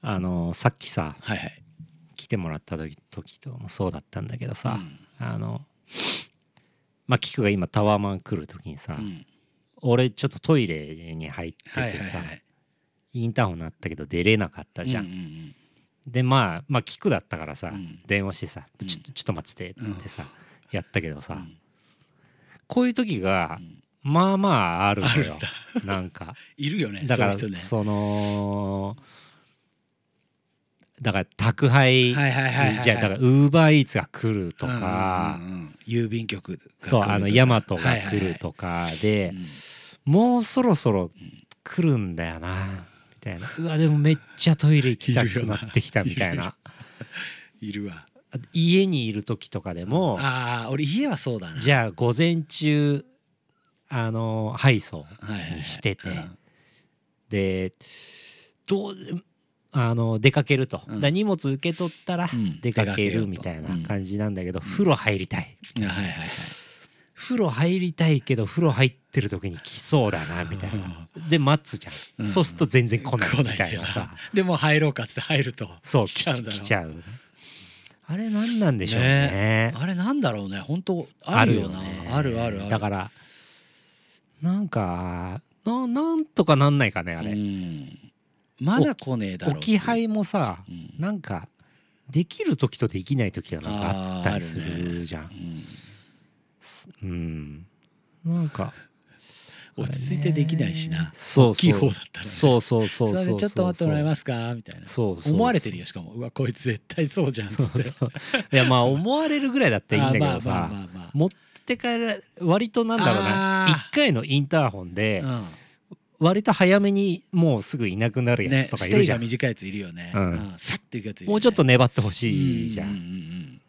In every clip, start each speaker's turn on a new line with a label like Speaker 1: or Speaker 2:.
Speaker 1: あのさっきさ
Speaker 2: はいはい
Speaker 1: 来てもらった時時ともそうだったんだけどさ、
Speaker 2: うん
Speaker 1: あのまあキクが今タワーマン来る時にさ、
Speaker 2: うん
Speaker 1: 俺ちょっとトイレに入っててさ、
Speaker 2: はいはいはい
Speaker 1: インターホン鳴ったけど出れなかったじゃん、
Speaker 2: うんうん
Speaker 1: でまあまあキクだったからさ、
Speaker 2: うん
Speaker 1: 電話してさ「
Speaker 2: うん
Speaker 1: ちょっとちょっと待ってて」っつってさ、やったけどさ、
Speaker 2: うん
Speaker 1: こういう時が
Speaker 2: うん
Speaker 1: まあまああるの
Speaker 2: ある
Speaker 1: よ
Speaker 2: んだ
Speaker 1: なん か
Speaker 2: いるよね
Speaker 1: だから
Speaker 2: そう
Speaker 1: そ
Speaker 2: いう人
Speaker 1: のだから宅配
Speaker 2: ねはいはいはいはいはい
Speaker 1: じゃあだからウーバーイーツが来ると
Speaker 2: う
Speaker 1: か
Speaker 2: んうんうんうん郵便局が来るとか
Speaker 1: そうあのヤマトが
Speaker 2: はいはいは
Speaker 1: 来
Speaker 2: い
Speaker 1: るとかで
Speaker 2: うん
Speaker 1: もうそろそろ来るんだよなみたいなうわでもめっちゃトイレ行きたくなってきたみたい
Speaker 2: いるよ
Speaker 1: ない
Speaker 2: るわ
Speaker 1: 家にいる時とかでも
Speaker 2: ああ俺家はそうだな
Speaker 1: じゃあ午前中あの配送
Speaker 2: はいはいはい
Speaker 1: にしてて、
Speaker 2: うん
Speaker 1: でどうあの出かけると、
Speaker 2: うん
Speaker 1: だ荷物受け取ったら
Speaker 2: うん
Speaker 1: 出かけ
Speaker 2: 出かけよう
Speaker 1: る
Speaker 2: と
Speaker 1: みたいな感じなんだけど、風呂入りたい
Speaker 2: あはいはいはい
Speaker 1: 風呂入りたいけど風呂入ってる時に来そうだなみたいなで待つじゃん、
Speaker 2: うん
Speaker 1: そうすると全然来ないみたいな
Speaker 2: 来
Speaker 1: さ
Speaker 2: でも入ろうかっつって入ると
Speaker 1: そう来
Speaker 2: 来ち
Speaker 1: ち
Speaker 2: ゃ
Speaker 1: ゃう
Speaker 2: うんだろう
Speaker 1: 来ちゃうあれ何なんでしょうね
Speaker 2: ねあれなんだろうね本当あるよなある,、
Speaker 1: ね
Speaker 2: あるある
Speaker 1: だからなんかななんとかなんないかねあれ、
Speaker 2: うんまだ来ねえだろう
Speaker 1: 置き配もさ
Speaker 2: うん
Speaker 1: なんかできる時とできない時がなんかあったりす
Speaker 2: あーある
Speaker 1: るじゃん、
Speaker 2: うん
Speaker 1: うんなんか
Speaker 2: 落ち着いてできないしな、
Speaker 1: そうそう
Speaker 2: 大きい方だったらね
Speaker 1: そうそうそう
Speaker 2: そ
Speaker 1: そう
Speaker 2: れ
Speaker 1: そ
Speaker 2: で
Speaker 1: う
Speaker 2: ちょっと待ってもらえますかみたいな
Speaker 1: そうそう
Speaker 2: 思われてるよしかもうわこいつ絶対そ うじゃんっつって
Speaker 1: いやまあ思われるぐらいだったらいいんだけどさ、
Speaker 2: あーまあまあまあ
Speaker 1: 持って帰ら割となんだろうな
Speaker 2: あー
Speaker 1: 1回のインターホンで
Speaker 2: まあ、うん
Speaker 1: 割と早めにもうすぐいなくなるや
Speaker 2: ね、
Speaker 1: つとか
Speaker 2: ス
Speaker 1: い
Speaker 2: テ
Speaker 1: る
Speaker 2: イ
Speaker 1: じゃ
Speaker 2: が
Speaker 1: ん、
Speaker 2: 短いやついるよね。
Speaker 1: うん
Speaker 2: うんさっていくやついるよね。
Speaker 1: もうちょっと
Speaker 2: ね、
Speaker 1: 粘ってほしいじゃん、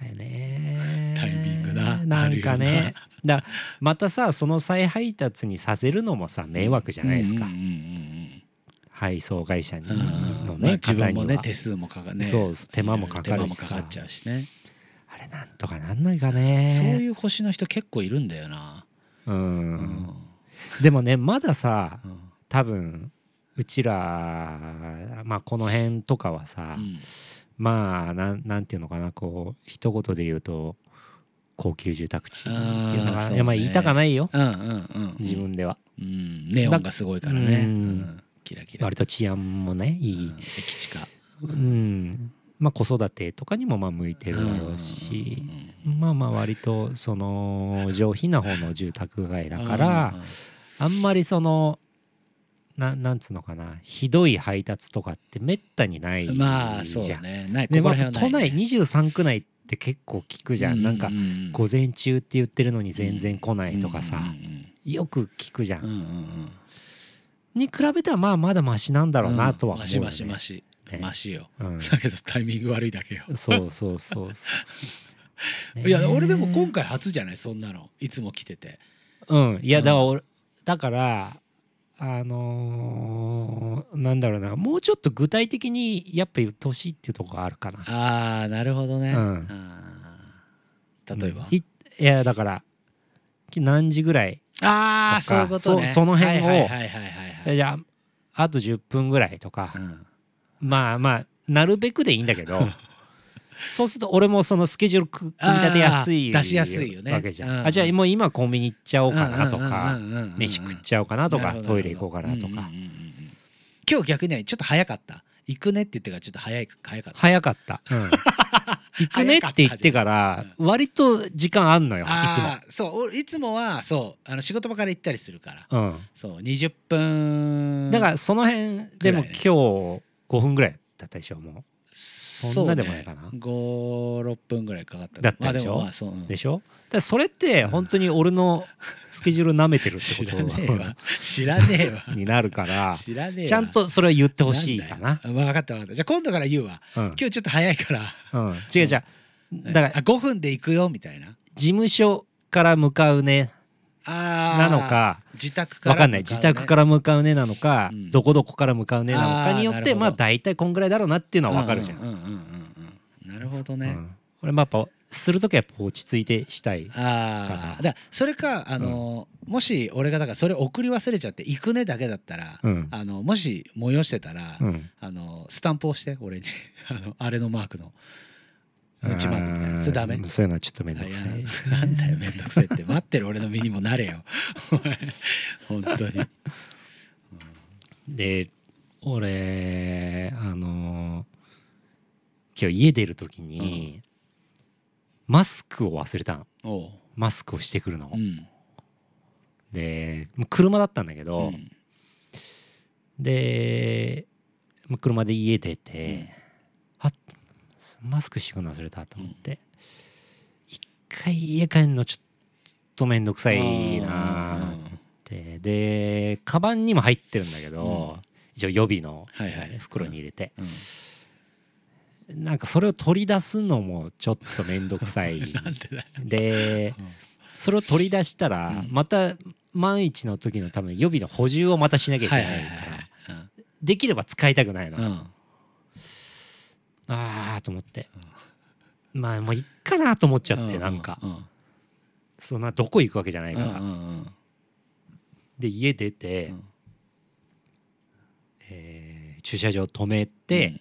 Speaker 1: あれね
Speaker 2: タイミングな
Speaker 1: なんかねだからまたさその再配達にさせるのもさ迷惑じゃないですか、
Speaker 2: うんうんうん
Speaker 1: 配送会社に
Speaker 2: うんうん
Speaker 1: の
Speaker 2: まあ
Speaker 1: ね、
Speaker 2: 自
Speaker 1: 方
Speaker 2: 分
Speaker 1: に
Speaker 2: も
Speaker 1: は
Speaker 2: ね手数もかかね
Speaker 1: そう手間もかか
Speaker 2: 手間
Speaker 1: る
Speaker 2: も
Speaker 1: し
Speaker 2: か
Speaker 1: さ
Speaker 2: かっちゃうしね
Speaker 1: あれなんとかなんないかね
Speaker 2: そういう星の人結構いるんだよな
Speaker 1: うん
Speaker 2: うん
Speaker 1: でもねまださ
Speaker 2: うん
Speaker 1: 多分うちらまあこの辺とかはさ、
Speaker 2: うん
Speaker 1: まあなんなんていうのかなこう一言で言うと高級住宅地っていうの
Speaker 2: あー
Speaker 1: が
Speaker 2: そう
Speaker 1: いやまあ
Speaker 2: ね
Speaker 1: 言いたかないよ、
Speaker 2: うんうん
Speaker 1: 自分では
Speaker 2: うんネオンがすごいからね
Speaker 1: うん
Speaker 2: うんキラキラ
Speaker 1: 割と治安もねい
Speaker 2: うん
Speaker 1: い、
Speaker 2: 駅地下
Speaker 1: うんまあ、子育てとかにもまあ向いてるだろうし
Speaker 2: う、ん
Speaker 1: まあまあ割とその上品な方の住宅街だか
Speaker 2: う
Speaker 1: ら
Speaker 2: んうん
Speaker 1: あんまりそのななんつうのかなひどい配達とかってめったにないじゃん。
Speaker 2: まあそうねない
Speaker 1: で
Speaker 2: ここ
Speaker 1: ま
Speaker 2: ら
Speaker 1: あ
Speaker 2: 辺
Speaker 1: 都
Speaker 2: はない
Speaker 1: 内23区内って結構聞くじゃん、なんか午前中って言ってるのに全然来ないとかさ、よく聞くじゃん、
Speaker 2: うんうんうん
Speaker 1: に比べたらまあまだマシなんだろうなとは
Speaker 2: ん
Speaker 1: 思
Speaker 2: マ
Speaker 1: うよ、ね
Speaker 2: シマシマシ
Speaker 1: ね
Speaker 2: マシよ
Speaker 1: うん
Speaker 2: だけどタイミング悪いだけよ
Speaker 1: そうそう そうそう、
Speaker 2: いや俺でも今
Speaker 1: 回
Speaker 2: 回初じゃないそんなのいつも来てて
Speaker 1: うんいや
Speaker 2: うん
Speaker 1: だから俺、だからあのーなんだろうなもうちょっと具体的にやっぱ言ってほしいっていうとこがあるかな
Speaker 2: ああなるほどね
Speaker 1: うん
Speaker 2: 例えば
Speaker 1: いいやだからき何時ぐらい
Speaker 2: ああ
Speaker 1: と
Speaker 2: そう
Speaker 1: か
Speaker 2: いうことね
Speaker 1: そその辺を
Speaker 2: はいはいはいはいはい
Speaker 1: じゃああと10分ぐらいとか、
Speaker 2: うん
Speaker 1: まあまあなるべくでいいんだけ どそうすると俺もそのスケジュールく組み立てやすい
Speaker 2: あー出しやすいよね
Speaker 1: わけじゃん、
Speaker 2: うんうん
Speaker 1: あじゃあもう今コンビニ行っちゃおうかなと
Speaker 2: う
Speaker 1: か
Speaker 2: んうんうんうんうん
Speaker 1: 飯食っちゃおうかなと
Speaker 2: な
Speaker 1: か
Speaker 2: るほど
Speaker 1: トイレ行こうかなと
Speaker 2: うんうんうんう
Speaker 1: か
Speaker 2: ん今日逆にねちょっと早かった行くねって言ってからちょっと早い早かった
Speaker 1: 早かった、うん 行くねって言ってから割と時間あんのよい
Speaker 2: あーそう俺いつもはそうあの仕事場から行ったりするから
Speaker 1: つも、うん
Speaker 2: そう20分
Speaker 1: だからその辺でも
Speaker 2: ぐらいね
Speaker 1: 今日5分ぐらいだったでしょも
Speaker 2: そ
Speaker 1: んなでもないかな
Speaker 2: 56分ぐらいかかった
Speaker 1: だったでしょ
Speaker 2: まあもまあそううん
Speaker 1: うでしょだからそれって本当に俺のスケジュール舐めてるって
Speaker 2: 知
Speaker 1: こ
Speaker 2: らねえわ知ら ねえ
Speaker 1: とになるから
Speaker 2: わ知らねえわ
Speaker 1: ちゃんとそれは言ってほしいかな。
Speaker 2: んだよわ分かった分かったじゃあ今度から言うわ
Speaker 1: うん
Speaker 2: 今日ちょっと早いから
Speaker 1: うん、違う違う。だから
Speaker 2: あ5分で行くよみたいな
Speaker 1: 事務所から向かうね
Speaker 2: あー
Speaker 1: なのか
Speaker 2: 自宅から
Speaker 1: わかんない自宅から向かうねなのか
Speaker 2: うん
Speaker 1: どこどこから向かうねなのかによ
Speaker 2: あー
Speaker 1: っ
Speaker 2: なる
Speaker 1: て
Speaker 2: ほど
Speaker 1: まあ大体こんぐらいだろうなっていう
Speaker 2: ら
Speaker 1: のはわかるじゃん。
Speaker 2: うんうんうんうんうんなるほど
Speaker 1: う
Speaker 2: ね
Speaker 1: ん俺もやっぱする時はやっぱ落ち着いてしたい
Speaker 2: ああだからそれかあの、もし俺がだからそれ送り忘れちゃって「行くね」だけだったら、
Speaker 1: うん
Speaker 2: あのもし催してたら、
Speaker 1: うん
Speaker 2: あのスタンプをして俺に あのあれのマークの
Speaker 1: あ
Speaker 2: うちマークみたいな
Speaker 1: ー
Speaker 2: それダメ
Speaker 1: そういうのはちょっとめんどくさ
Speaker 2: あ
Speaker 1: い
Speaker 2: いやなんだよめんどくせえって待ってる俺の身にもなれよお前本当に
Speaker 1: で俺あのー今日家出る時に、マスクを忘れたの
Speaker 2: おう
Speaker 1: マスクをしてくるの、
Speaker 2: うん
Speaker 1: でもう車だったんだけど、
Speaker 2: うん
Speaker 1: でもう車で家出て、あマスクしてくるの忘れたと思って、一回家帰るのちょっと面倒くさいなと思ってでカバンにも入ってるんだけど、一応予備の、
Speaker 2: はいはい
Speaker 1: 袋に入れて、
Speaker 2: うん
Speaker 1: なんかそれを取り出すのもちょっと面倒くさい
Speaker 2: なんでだよ
Speaker 1: で
Speaker 2: うん
Speaker 1: それを取り出したら、
Speaker 2: うん
Speaker 1: また万一の時のために予備の補充をまたしなきゃいけ
Speaker 2: は
Speaker 1: ないいか
Speaker 2: は
Speaker 1: ら、
Speaker 2: いはいうん
Speaker 1: できれば使いたくないの、
Speaker 2: う
Speaker 1: あ
Speaker 2: ん
Speaker 1: あーと思って、まあもういっかなと思っちゃって、なんか、
Speaker 2: うんうん
Speaker 1: そんなどこ行くわけじゃないから、
Speaker 2: うんうん
Speaker 1: で家出て、
Speaker 2: うん
Speaker 1: えー駐車場止めて、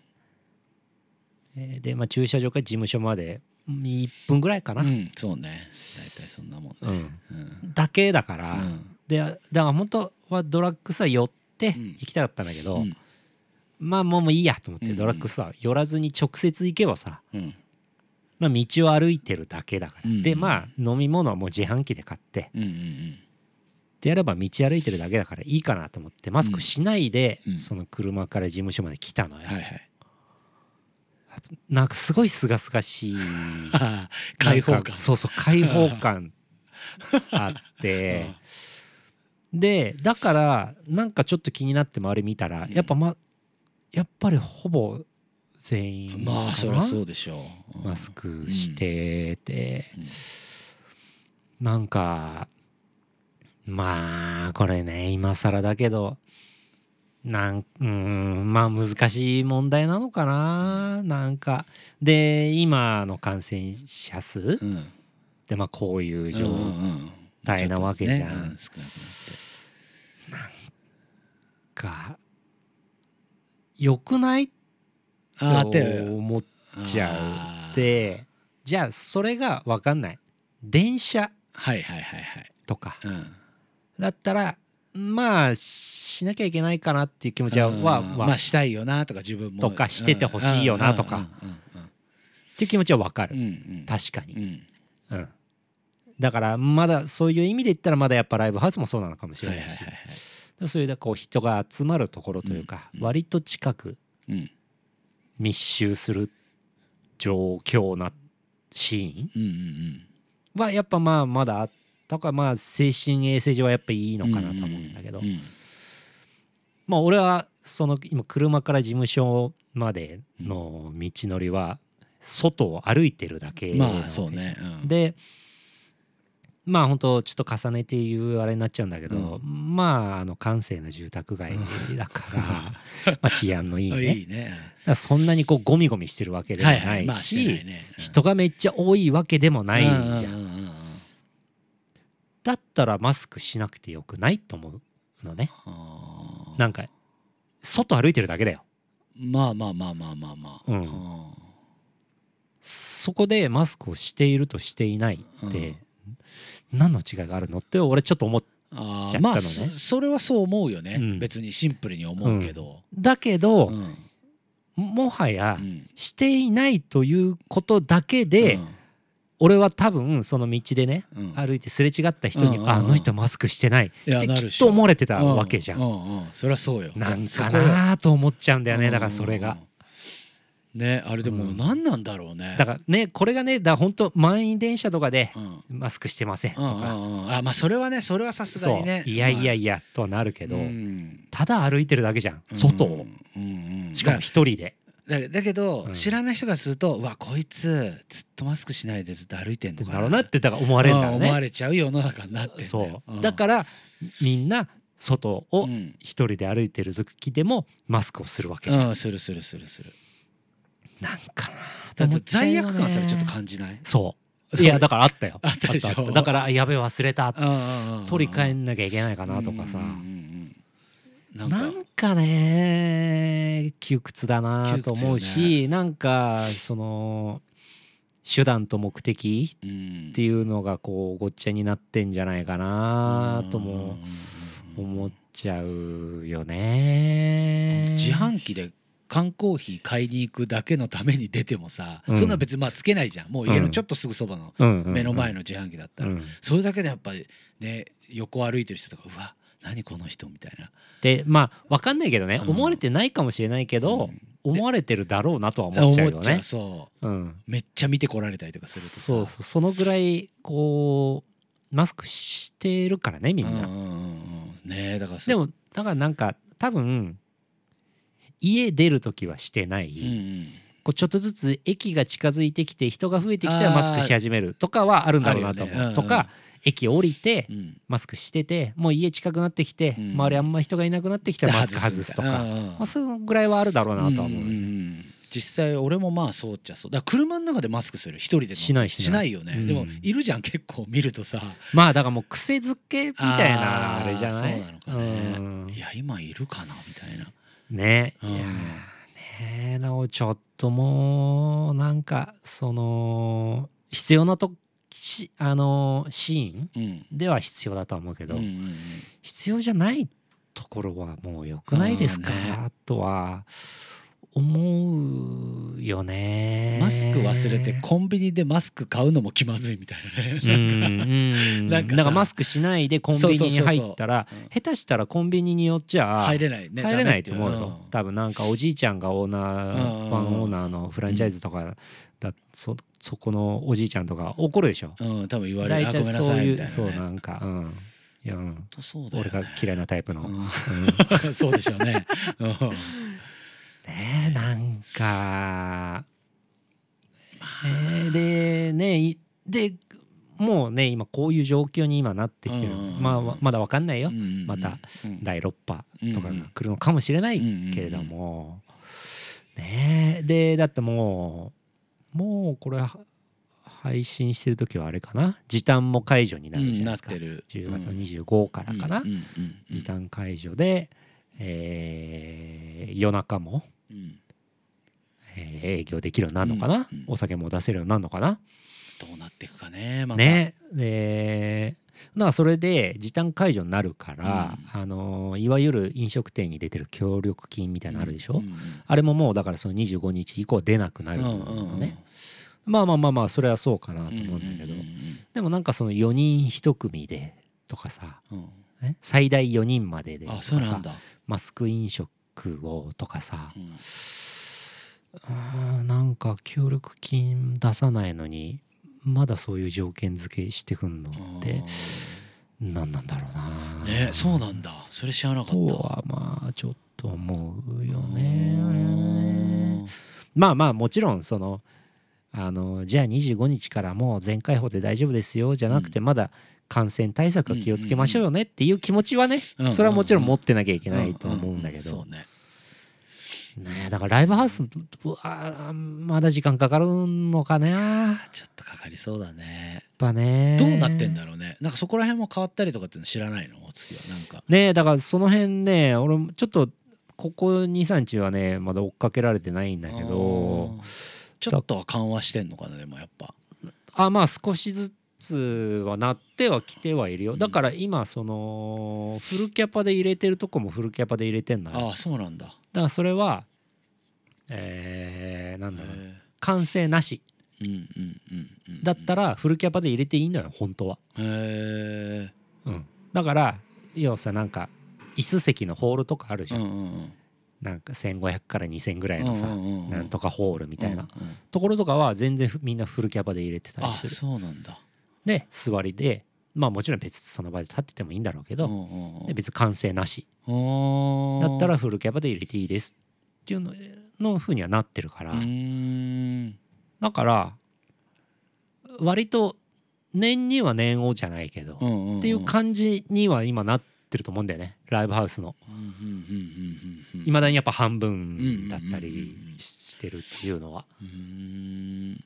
Speaker 1: えーで、まあ、駐車場から事務所まで1分ぐらいか
Speaker 2: う
Speaker 1: な、
Speaker 2: んうんそうね大体そんなもんね
Speaker 1: うん
Speaker 2: うん
Speaker 1: だけだから、
Speaker 2: うん
Speaker 1: でだから本当はドラッグストア寄って
Speaker 2: うん
Speaker 1: 行きたかったんだけど、
Speaker 2: うん
Speaker 1: まあもうもういいやと思って、
Speaker 2: うんうん
Speaker 1: ドラッグストア寄らずに直接行けばさ、
Speaker 2: うん
Speaker 1: まあ、道を歩いてるだけだから、
Speaker 2: うんうん
Speaker 1: でまあ飲み物はもう自販機で買って
Speaker 2: うんうん
Speaker 1: でやれば道歩いてるだけだからいいかなと思ってマスクしないで、
Speaker 2: うん
Speaker 1: その車から事務所まで来たのよ、
Speaker 2: はいはい
Speaker 1: なんかすごい清々し い
Speaker 2: あー開放
Speaker 1: なんか
Speaker 2: 感
Speaker 1: そうそう開放感 あってでだからなんかちょっと気になって周り見たら、
Speaker 2: ん
Speaker 1: やっぱまやっぱりほぼ全員
Speaker 2: まあそりゃそうでしょううん
Speaker 1: マスクしてて、
Speaker 2: うん
Speaker 1: なんかまあこれね今更だけどなんうーんまあ難しい問題なのかななんかで今の感染者数
Speaker 2: うん
Speaker 1: でまあこういう状
Speaker 2: 大
Speaker 1: 態なわけじゃん
Speaker 2: 少なくなっ
Speaker 1: が良くない
Speaker 2: てあーっ
Speaker 1: と
Speaker 2: て
Speaker 1: 思っちゃう
Speaker 2: あー
Speaker 1: でじゃあそれが分かんない電車
Speaker 2: はいはいはいはい
Speaker 1: とか
Speaker 2: うん
Speaker 1: だったらまあしなきゃいけないかなっていう気持ちは
Speaker 2: うん
Speaker 1: は
Speaker 2: ま
Speaker 1: は
Speaker 2: あしたいよなとか自分も
Speaker 1: とかしててほしいよなとか
Speaker 2: うんうん
Speaker 1: っていう気持ちは分かる、
Speaker 2: うんうん
Speaker 1: 確か
Speaker 2: う
Speaker 1: に、
Speaker 2: ん
Speaker 1: うんだからまだそういう意味で言ったらまだやっぱライブハウスもそうなのかもしれ
Speaker 2: は
Speaker 1: ないいし、
Speaker 2: はいはいはい
Speaker 1: そういうこう人が集まるところというか、
Speaker 2: うん
Speaker 1: 割と近く
Speaker 2: うん
Speaker 1: 密集する状況なシーン
Speaker 2: うんうん
Speaker 1: はやっぱまあまだあったからまあ精神衛生上はやっぱいい
Speaker 2: うん
Speaker 1: のかなと思うんだけど、
Speaker 2: うん
Speaker 1: まあ俺はその今車から事務所までの道のりは外を歩いてるだけなわけ
Speaker 2: まあ
Speaker 1: じゃ
Speaker 2: そ
Speaker 1: ん
Speaker 2: うねうん
Speaker 1: でまあ本当ちょっと重ねて言うあれになっちゃうんだけど、まああの閑静な住宅街だから、ま あ治安のいいね
Speaker 2: いいね
Speaker 1: だからそんなにこうゴミゴミしてるわけでも
Speaker 2: は
Speaker 1: ないいし,、
Speaker 2: はいまあしてないねうん
Speaker 1: 人がめっちゃ多いわけでもないじゃん,、
Speaker 2: うんうんうんうん
Speaker 1: だったらマスクしなくてよくないと思うのね
Speaker 2: あー
Speaker 1: なんか外歩いてるだけだよ
Speaker 2: まあまあまあまあまあまあ
Speaker 1: うんそこでマスクをしているとしていないって、何の違いがあるのって俺ちょっと思っ
Speaker 2: あ
Speaker 1: ちゃ
Speaker 2: ー
Speaker 1: った
Speaker 2: ま
Speaker 1: のね
Speaker 2: あそそれはそう思うよね、
Speaker 1: うん
Speaker 2: 別にシンプルに思うけど、
Speaker 1: だけど、
Speaker 2: うん
Speaker 1: もはや
Speaker 2: うん
Speaker 1: していないということだけで、俺は多分その道でね
Speaker 2: うんうん
Speaker 1: 歩いてすれ違った人に「
Speaker 2: うんうんうん
Speaker 1: ああの人マスクしてない」
Speaker 2: いや
Speaker 1: って
Speaker 2: な
Speaker 1: き
Speaker 2: る
Speaker 1: っと思われてた
Speaker 2: う
Speaker 1: わけじゃん。
Speaker 2: ううんうんそりゃそうよ
Speaker 1: なん
Speaker 2: そこ
Speaker 1: か
Speaker 2: よ
Speaker 1: なーと思っちゃうんだよ
Speaker 2: う
Speaker 1: ね
Speaker 2: ん
Speaker 1: だからそれが。
Speaker 2: ねあれでも
Speaker 1: うん
Speaker 2: 何なんだろうね
Speaker 1: だからねこれがねだから本当満員電車とかで
Speaker 2: うんうん
Speaker 1: マスクしてませんと
Speaker 2: うんう
Speaker 1: か
Speaker 2: んうんあまあそれはねそれはさすが
Speaker 1: そう
Speaker 2: にね
Speaker 1: いやいやいやとはなるけ
Speaker 2: け
Speaker 1: ど
Speaker 2: うん、
Speaker 1: ただ歩いてるだけじゃん外
Speaker 2: う
Speaker 1: を
Speaker 2: んうんうん
Speaker 1: しかも一人で
Speaker 2: だだけど、
Speaker 1: うん
Speaker 2: 知らない人がすると「うわこいつずっとマスクしないでずっと歩いてんのか
Speaker 1: だろうなってだから思われるんだろう
Speaker 2: うん思わ
Speaker 1: ね。
Speaker 2: れちゃう世の中になってんだよ
Speaker 1: そう
Speaker 2: うん
Speaker 1: だからみんな外を
Speaker 2: うん
Speaker 1: 一人で歩いてる時でもマスクをするわけじゃん、
Speaker 2: うんするするするする
Speaker 1: なんかな
Speaker 2: だって罪悪感それちょっと感じない
Speaker 1: そういやだからあったよ
Speaker 2: あったでしょ
Speaker 1: あっただからあやべえ忘れた取り替え
Speaker 2: ん
Speaker 1: んなきゃいけないかなとかさ
Speaker 2: うんうんうんな
Speaker 1: なんん
Speaker 2: か
Speaker 1: かね窮屈だなと思う
Speaker 2: 窮屈
Speaker 1: し、なんかその手段と目的
Speaker 2: うん
Speaker 1: っていうのがこうごっちゃになってんじゃないかなとも
Speaker 2: うんうんうん
Speaker 1: 思っちゃうよね。
Speaker 2: 自販機で缶コーヒー買いに行くだけのために出てもさ、
Speaker 1: うん
Speaker 2: そんな別にまあつけないじゃんもう家
Speaker 1: う
Speaker 2: の
Speaker 1: ん
Speaker 2: ちょっとすぐそばの
Speaker 1: 目
Speaker 2: 目の前
Speaker 1: の
Speaker 2: の自販機だったら、それだけでやっぱりね横歩いてる人とかうわ何この人みたいな
Speaker 1: でまあ分かんないけどね、
Speaker 2: うん
Speaker 1: 思われてないかもしれないけど、
Speaker 2: うん
Speaker 1: 思われてるだろうなとは思
Speaker 2: 思
Speaker 1: っ
Speaker 2: っ
Speaker 1: ち
Speaker 2: ち
Speaker 1: ゃ
Speaker 2: ゃ
Speaker 1: う
Speaker 2: う
Speaker 1: よね。
Speaker 2: そ
Speaker 1: うん、
Speaker 2: うめっちゃ見てこられたりとかするとさ
Speaker 1: そうそうそのぐらいこうマスクしてるからねみんな。
Speaker 2: うんうんうんうんねえだからそ
Speaker 1: でもだからなんか多分家出る時はしてない、
Speaker 2: うんうん
Speaker 1: こうちょっとずつ駅が近づいてきて人が増えてきたらマスクし始めるとかはあるんだろうなと思う、
Speaker 2: あるよねうんうん
Speaker 1: とか駅降りて
Speaker 2: うん
Speaker 1: マスクしててもう家近くなってきて、
Speaker 2: うん
Speaker 1: 周りあんま人がいなくなってきたらマスク外すとか、
Speaker 2: うんうんうん
Speaker 1: まあ、そのぐらいはあるだろうなとは思う、
Speaker 2: んんん実際俺もまあそうっちゃそうだから車の中でマスクする一人でも
Speaker 1: しないしない
Speaker 2: よね、
Speaker 1: うん
Speaker 2: でもいるじゃん結構見るとさ
Speaker 1: まあだからもう癖づけみたいな
Speaker 2: あー
Speaker 1: あれじゃない
Speaker 2: そうなのかね
Speaker 1: うん
Speaker 2: いや今いるかなみたいな、
Speaker 1: ね
Speaker 2: う
Speaker 1: い
Speaker 2: ん
Speaker 1: やーねなおちょっともうなんかその必要なとしあのーシーン
Speaker 2: うん
Speaker 1: では必要だとは思うけど、
Speaker 2: うんうんうん
Speaker 1: 必要じゃないところはもう良くないですか、
Speaker 2: うんね
Speaker 1: とは思うよね
Speaker 2: マスク忘れてコンビニでマスク買うのも気まずいみたい
Speaker 1: うん
Speaker 2: な
Speaker 1: う
Speaker 2: ね、なんか
Speaker 1: んなんんか
Speaker 2: なかさ
Speaker 1: マスクしないでコンビニに入ったら
Speaker 2: そうそうそうそううん
Speaker 1: 下手したらコンビニによっちゃ
Speaker 2: 入れないね
Speaker 1: 入れないと思う
Speaker 2: ダメ
Speaker 1: よ、多分なんかおじいちゃんがオーナ
Speaker 2: うん
Speaker 1: ーワンオーナーのフランチャイズとかだ、そそこのおじいちゃんとか怒るでしょ
Speaker 2: うんうん、多分言われ
Speaker 1: 大
Speaker 2: るあ
Speaker 1: 体
Speaker 2: ごめんな
Speaker 1: そう
Speaker 2: さい
Speaker 1: い
Speaker 2: み
Speaker 1: う
Speaker 2: たいな、ね、
Speaker 1: そうなんかうんいや、うん
Speaker 2: とそうだよ、
Speaker 1: 俺
Speaker 2: ね、
Speaker 1: が嫌いなタイプの、
Speaker 2: う
Speaker 1: うんん
Speaker 2: そうでしょうね、うん
Speaker 1: ねえなんか、ねえでねいでもうね今こういう状況に今なってきてる、
Speaker 2: うん
Speaker 1: まあわまだわかんないよ、
Speaker 2: うんうんう ん
Speaker 1: また、
Speaker 2: うん
Speaker 1: 第6波とか
Speaker 2: うんう
Speaker 1: が
Speaker 2: ん
Speaker 1: 来るのかもしれないけれども、ねえでだってもうもうこれは配信してる時はあれかな時短も解除にな
Speaker 2: う
Speaker 1: るじ
Speaker 2: ん
Speaker 1: ゃない
Speaker 2: な
Speaker 1: で
Speaker 2: っ
Speaker 1: すか、
Speaker 2: てる
Speaker 1: 10月の25からかな、
Speaker 2: うんうんうんうん
Speaker 1: 時短解除で、えー夜中も、
Speaker 2: うん
Speaker 1: えー営業できるようになるのかな、
Speaker 2: うんうん
Speaker 1: お酒も出せるようになるのかな、
Speaker 2: どうなっていくかね、また、
Speaker 1: ねでなんかそれで時短解除になるから、あのーいわゆる飲食店に出てる協力金みたいなのあるでしょ、
Speaker 2: うんうん
Speaker 1: あれももうだからその25日以降出なくなると思うのね、まあまあまあまあそれはそうかなと
Speaker 2: うんうん
Speaker 1: 思うんだけど、
Speaker 2: うん
Speaker 1: でもなんかその4人1組でとかさ、
Speaker 2: うんうん
Speaker 1: ね最大4人まででと
Speaker 2: あ
Speaker 1: か
Speaker 2: そうな
Speaker 1: さ
Speaker 2: んだ、
Speaker 1: マスク飲食をとかさ、
Speaker 2: うん
Speaker 1: あーなんか協力金出さないのにまだそういう条件付けしてくんのって何なんだろうな
Speaker 2: ねそうなんだそれ知らなかった
Speaker 1: とはまあちょっと思うよ
Speaker 2: うん
Speaker 1: ねまあまあもちろんそのあのじゃあ25日からもう全開放で大丈夫ですよじゃなくてまだ感染対策は気をつけましょうよねっていう気持ちはね
Speaker 2: うんうんうん
Speaker 1: それはもちろん持ってなきゃいけないと思うんだけ
Speaker 2: う
Speaker 1: ど
Speaker 2: そうね
Speaker 1: ねえだからライブハウスうわーまだ時間かかるのかな
Speaker 2: ちょっとかかりそうだね
Speaker 1: やっぱね
Speaker 2: どうなってんだろうねなんかそこら辺も変わったりとかっていうの知らないのお次はなんか
Speaker 1: ねえだからその辺ね俺もちょっとここ23日はねまだ追っかけられてないんだけど
Speaker 2: あーちょっとは緩和してんのかなでもやっぱ
Speaker 1: あまあ少しずつはなってはきてはいるよだから今そのフルキャパで入れてるとこもフルキャパで入れてんのよ
Speaker 2: ああそうなんだ
Speaker 1: だからそれはえー、なんだろう
Speaker 2: へ
Speaker 1: 完成なし
Speaker 2: えうんうんうんうん
Speaker 1: だったらフルキャパで入れていいのよ本当は、
Speaker 2: へ
Speaker 1: うん、だから要はさなんか椅子席のホールとかあるじ
Speaker 2: え
Speaker 1: ゃ、
Speaker 2: うんんうんうん
Speaker 1: なんか1500から2000ぐらいのさ、
Speaker 2: うんうんうん
Speaker 1: なんとかホールみたいな、
Speaker 2: うんうん
Speaker 1: ところとかは全然ふみんなフルキャパで入れてたり
Speaker 2: あ
Speaker 1: する
Speaker 2: そうなんだ
Speaker 1: で座りでまあもちろん別にその場で立っててもいいんだろうけ
Speaker 2: うん
Speaker 1: ど、
Speaker 2: うんうん
Speaker 1: で別に完成なし
Speaker 2: お
Speaker 1: だ
Speaker 2: ー
Speaker 1: ったらフルキャパで入れていいですっていうののふうにはなってるから、
Speaker 2: うーん
Speaker 1: だから割と年には年をじゃないけど、
Speaker 2: うん
Speaker 1: っ
Speaker 2: んんん
Speaker 1: ていう感じには今なってると思うんだよねライブハウスの
Speaker 2: うんうんうんうんうんうん
Speaker 1: いまだにやっぱ半分だったりして。てるっていうのは、
Speaker 2: うーん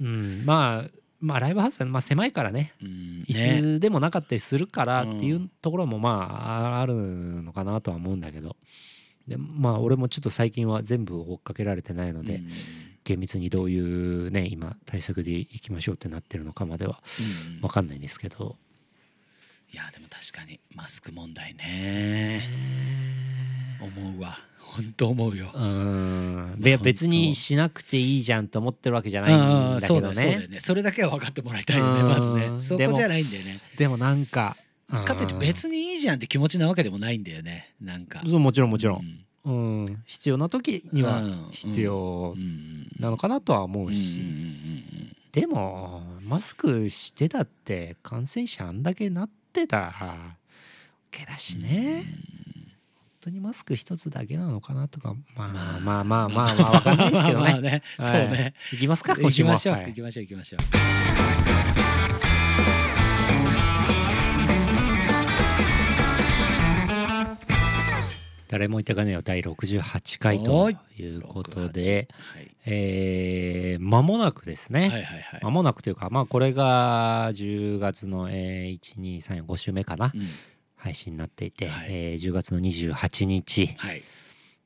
Speaker 1: うん、まあまあライブハウスはまあ狭いからね
Speaker 2: うんね
Speaker 1: 椅子でもなかったりするからっ
Speaker 2: うん
Speaker 1: ていうところもまああるのかなとは思うんだけどでまあ俺もちょっと最近は全部追っかけられてないので、
Speaker 2: うん
Speaker 1: 厳密にどういうね今対策でいきましょうってなってるのかまでは
Speaker 2: うん
Speaker 1: 分かんないんですけど、
Speaker 2: いやでも確かにマスク問題ね思うわ本当思うよ
Speaker 1: う。ーんで
Speaker 2: 本当
Speaker 1: 別にしなくていいじゃんと思ってるわけじゃない
Speaker 2: あ
Speaker 1: ん
Speaker 2: あ
Speaker 1: だけ
Speaker 2: そうだ
Speaker 1: ど
Speaker 2: よそうだ
Speaker 1: ね
Speaker 2: よねそれだけは分かってもらいたいよね
Speaker 1: うん
Speaker 2: まずねそ
Speaker 1: で
Speaker 2: こ
Speaker 1: も
Speaker 2: じゃないんだよね
Speaker 1: でもなんか
Speaker 2: かといって別にいいじゃんって気持ちなわけでもないんだよねなんか
Speaker 1: うんそうもちろんもちろ、
Speaker 2: うん
Speaker 1: うん必要な時には必要
Speaker 2: うんうん
Speaker 1: なのかなとは思
Speaker 2: う
Speaker 1: うん
Speaker 2: うんうん
Speaker 1: し、でもマスクしてたって感染者あんだけなってたわけだし
Speaker 2: うんうん
Speaker 1: ね、本当にマスク一つだけなのかなとかまあま
Speaker 2: ま
Speaker 1: あまあまあまあわかんないですけど
Speaker 2: ま
Speaker 1: ね
Speaker 2: あねそう
Speaker 1: はい
Speaker 2: ね
Speaker 1: 行きますか
Speaker 2: 行
Speaker 1: 今
Speaker 2: き
Speaker 1: 週も
Speaker 2: ましょう
Speaker 1: は
Speaker 2: 行
Speaker 1: い
Speaker 2: きましょう行きましょう
Speaker 1: 誰もいたかねよ第68回
Speaker 2: は
Speaker 1: と
Speaker 2: い
Speaker 1: いうことで、
Speaker 2: はい
Speaker 1: えー、間もなくですね、
Speaker 2: はいはいはい
Speaker 1: 間もなくというかまあこれが10月の、えー、1235週目かな、
Speaker 2: うん
Speaker 1: 配信になっていて、
Speaker 2: はい
Speaker 1: えー10月の28日、
Speaker 2: はい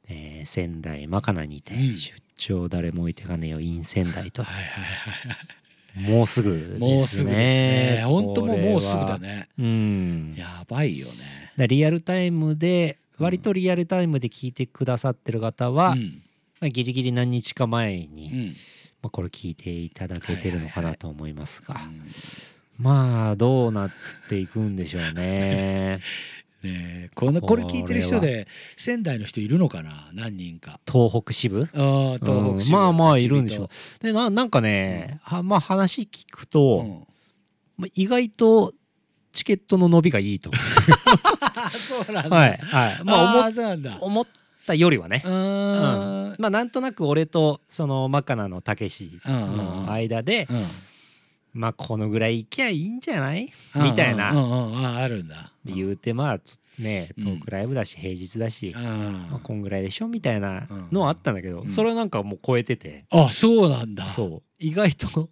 Speaker 1: えー仙台マカナにて
Speaker 2: うん
Speaker 1: 出張誰も置いてかねえよ in 仙台と、
Speaker 2: はいはいはいはい
Speaker 1: もうすぐですね
Speaker 2: もうすぐですね本当もうもうすぐだ
Speaker 1: ね
Speaker 2: ね
Speaker 1: うんだか
Speaker 2: やばいよね
Speaker 1: らリアルタイムで割とリアルタイムで聞いてくださってる方は、
Speaker 2: うん
Speaker 1: まあ、ギリギリ何日か前に、
Speaker 2: うん
Speaker 1: まあ、これ聞いていただけてるのかなと思いますが、
Speaker 2: うん
Speaker 1: まあどうなっていくんでしょう ね
Speaker 2: ねえこのこれ聞いてる人で仙台の人いるのかな何人か
Speaker 1: 東北支部
Speaker 2: あー東北支部
Speaker 1: うんまあまあいるんでしょうでななんかね、はまあ話聞く
Speaker 2: う
Speaker 1: と、
Speaker 2: ん
Speaker 1: まあ、意外とチケットの伸びがいいと
Speaker 2: あそうなんだ
Speaker 1: はい はいまあ
Speaker 2: あ
Speaker 1: 思っ
Speaker 2: ーそうなんだ
Speaker 1: 思ったよりはね
Speaker 2: う、ーん
Speaker 1: まあなんとなく俺とそのマカナのたけしの間で、
Speaker 2: うん
Speaker 1: まあこのぐらい行きゃいいんじゃない
Speaker 2: うん
Speaker 1: みたいな
Speaker 2: うんうんうんあーあるんだ
Speaker 1: 言うてまあね
Speaker 2: う
Speaker 1: ト
Speaker 2: ん
Speaker 1: ークライブだし平日だし、まあ、
Speaker 2: あ
Speaker 1: こんぐらいでしょみたいなのはあったんだけど、
Speaker 2: うん
Speaker 1: それはなんかもう超えてて、
Speaker 2: あそうなんだ
Speaker 1: そう意外と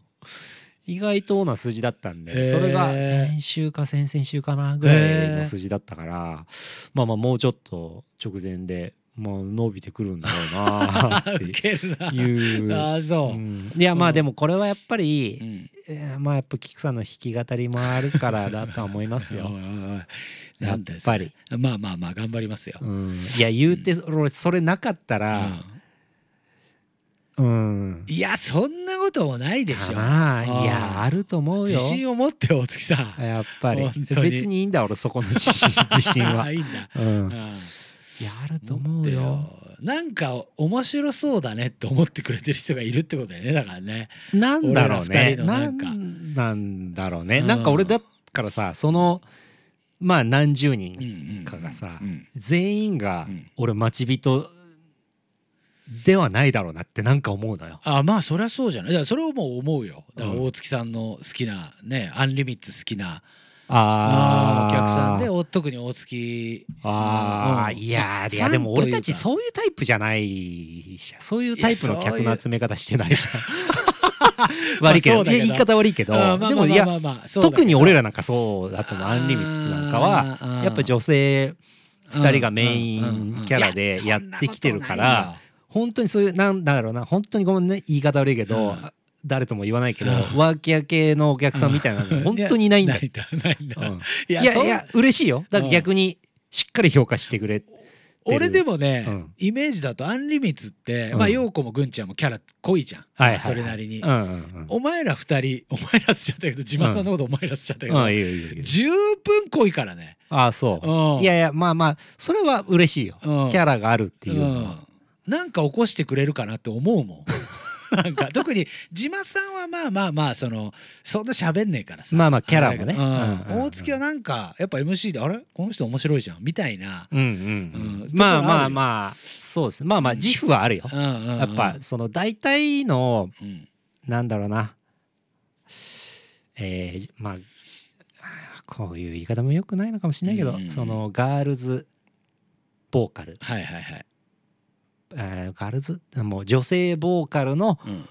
Speaker 1: 意外とな数字だったんで、
Speaker 2: へー
Speaker 1: それが先週か先々週かなぐらいの数字だったから、まあまあもうちょっと直前でもう伸びてくるんだろうな
Speaker 2: あ
Speaker 1: って
Speaker 2: ウケるな
Speaker 1: いう。
Speaker 2: あーそううん
Speaker 1: いやま
Speaker 2: う
Speaker 1: あ
Speaker 2: ん
Speaker 1: でもこれはやっぱ
Speaker 2: う
Speaker 1: り、
Speaker 2: ん
Speaker 1: えーまあやっぱ菊さんの弾き語りもあるからだとは思います
Speaker 2: おい
Speaker 1: よ。
Speaker 2: おいおい
Speaker 1: や
Speaker 2: な
Speaker 1: っ
Speaker 2: んだよそ
Speaker 1: ぱ
Speaker 2: れ
Speaker 1: り、
Speaker 2: まあまあまあ頑張りますよ
Speaker 1: うん、いや言うて俺それなかったら、
Speaker 2: うん
Speaker 1: うん、
Speaker 2: いやそんなこともないでし
Speaker 1: か
Speaker 2: ょ
Speaker 1: な
Speaker 2: あー
Speaker 1: いやあると思うよ
Speaker 2: 自信を持って大月さ ん
Speaker 1: やっぱり
Speaker 2: 本当に。
Speaker 1: 別にいいんだ俺そこの自信自信は
Speaker 2: いいんだ、
Speaker 1: うん、い
Speaker 2: ん
Speaker 1: やあると思うよ。
Speaker 2: なんか面白そうだねって思ってくれてる人がいるってことだよねだからね
Speaker 1: なんだろうね。
Speaker 2: 俺ら二人の
Speaker 1: な
Speaker 2: なん
Speaker 1: ん
Speaker 2: か
Speaker 1: なんだろうね。
Speaker 2: うん
Speaker 1: なんか俺だからさそのまあ何十人
Speaker 2: ん
Speaker 1: かがさ
Speaker 2: うん
Speaker 1: 全員が
Speaker 2: うん
Speaker 1: 俺待ち人ではないだろうなってなんか思うのよ。
Speaker 2: あまあそりゃそうじゃないだからそれをもう思うよだから
Speaker 1: うん
Speaker 2: 大月さんの好きなねアンリミッツ好きな
Speaker 1: あ
Speaker 2: お
Speaker 1: ー
Speaker 2: 客さんでお特に大月
Speaker 1: あー、
Speaker 2: うん
Speaker 1: いやーい
Speaker 2: ファン
Speaker 1: やでも
Speaker 2: というか
Speaker 1: 俺たちそういうタイプじゃないじゃんそういうタイプの客の集め方してないじゃん 悪いけど
Speaker 2: まあそうだけど
Speaker 1: いや言い方悪いけど
Speaker 2: あまあ
Speaker 1: で
Speaker 2: ま
Speaker 1: も
Speaker 2: あ
Speaker 1: い
Speaker 2: まあま
Speaker 1: や
Speaker 2: あまあそうだけど
Speaker 1: 特に俺らなんかそうだと思うアンリミッツなんかは
Speaker 2: あー
Speaker 1: やっぱ女性
Speaker 2: うん
Speaker 1: 二人がメインキャラで
Speaker 2: うんうんうんい
Speaker 1: やってきてるから本当にそういうなんだろうな本当にごめんね言い方悪いけ
Speaker 2: うん
Speaker 1: どあ誰とも言わないけど
Speaker 2: うん
Speaker 1: ワーキャー系のお客さんみたいな
Speaker 2: そん
Speaker 1: の
Speaker 2: なことないよ
Speaker 1: 本当にいないんだよ
Speaker 2: いやないんだ
Speaker 1: う
Speaker 2: ないんだ
Speaker 1: ん
Speaker 2: い
Speaker 1: いや
Speaker 2: そん
Speaker 1: いや嬉しいよだから逆にしっかり評価してくれ
Speaker 2: 俺でもね、
Speaker 1: うん
Speaker 2: イメージだとアンリミッツって、まあ
Speaker 1: うん
Speaker 2: 陽子もぐんちゃんもキャラ濃いじゃん、
Speaker 1: はいはいはい
Speaker 2: それなりに、
Speaker 1: うんうん
Speaker 2: お前ら二人お前らっつっちゃったけど自慢さんのことお前らっつっちゃったけ
Speaker 1: うん。
Speaker 2: ど、
Speaker 1: ああ、いいよいいよいいよ。
Speaker 2: 十分濃いからね、
Speaker 1: ああ、そうう。
Speaker 2: ん
Speaker 1: いやいや、まあまあ、それは嬉しいよ。
Speaker 2: うん
Speaker 1: キャラがあるっていうのは。
Speaker 2: うんなんか起こしてくれるかなって思うもん なんか特に自慢さんはまあまあまあそのそんな喋んねえからさ
Speaker 1: まあまあキャラもね
Speaker 2: あれだけどうん
Speaker 1: うんうんうん
Speaker 2: 大月はなんかやっぱ MC であれこの人面白いじゃんみたいな、
Speaker 1: うん
Speaker 2: うん
Speaker 1: うん。まあ
Speaker 2: ところ
Speaker 1: ま
Speaker 2: あるよ
Speaker 1: あまあ、そうですね。まあまあ、自負はあるよ。
Speaker 2: うんうんうん
Speaker 1: やっぱ、その大体の、
Speaker 2: うん
Speaker 1: なんだろうな。えー、まあ、ああこういう言い方もよくないのかもしれないけ
Speaker 2: う
Speaker 1: ど
Speaker 2: んうんう、ん
Speaker 1: そのガールズボーカル
Speaker 2: はいはいはい
Speaker 1: えーガールズもう女性ボーカルの
Speaker 2: うん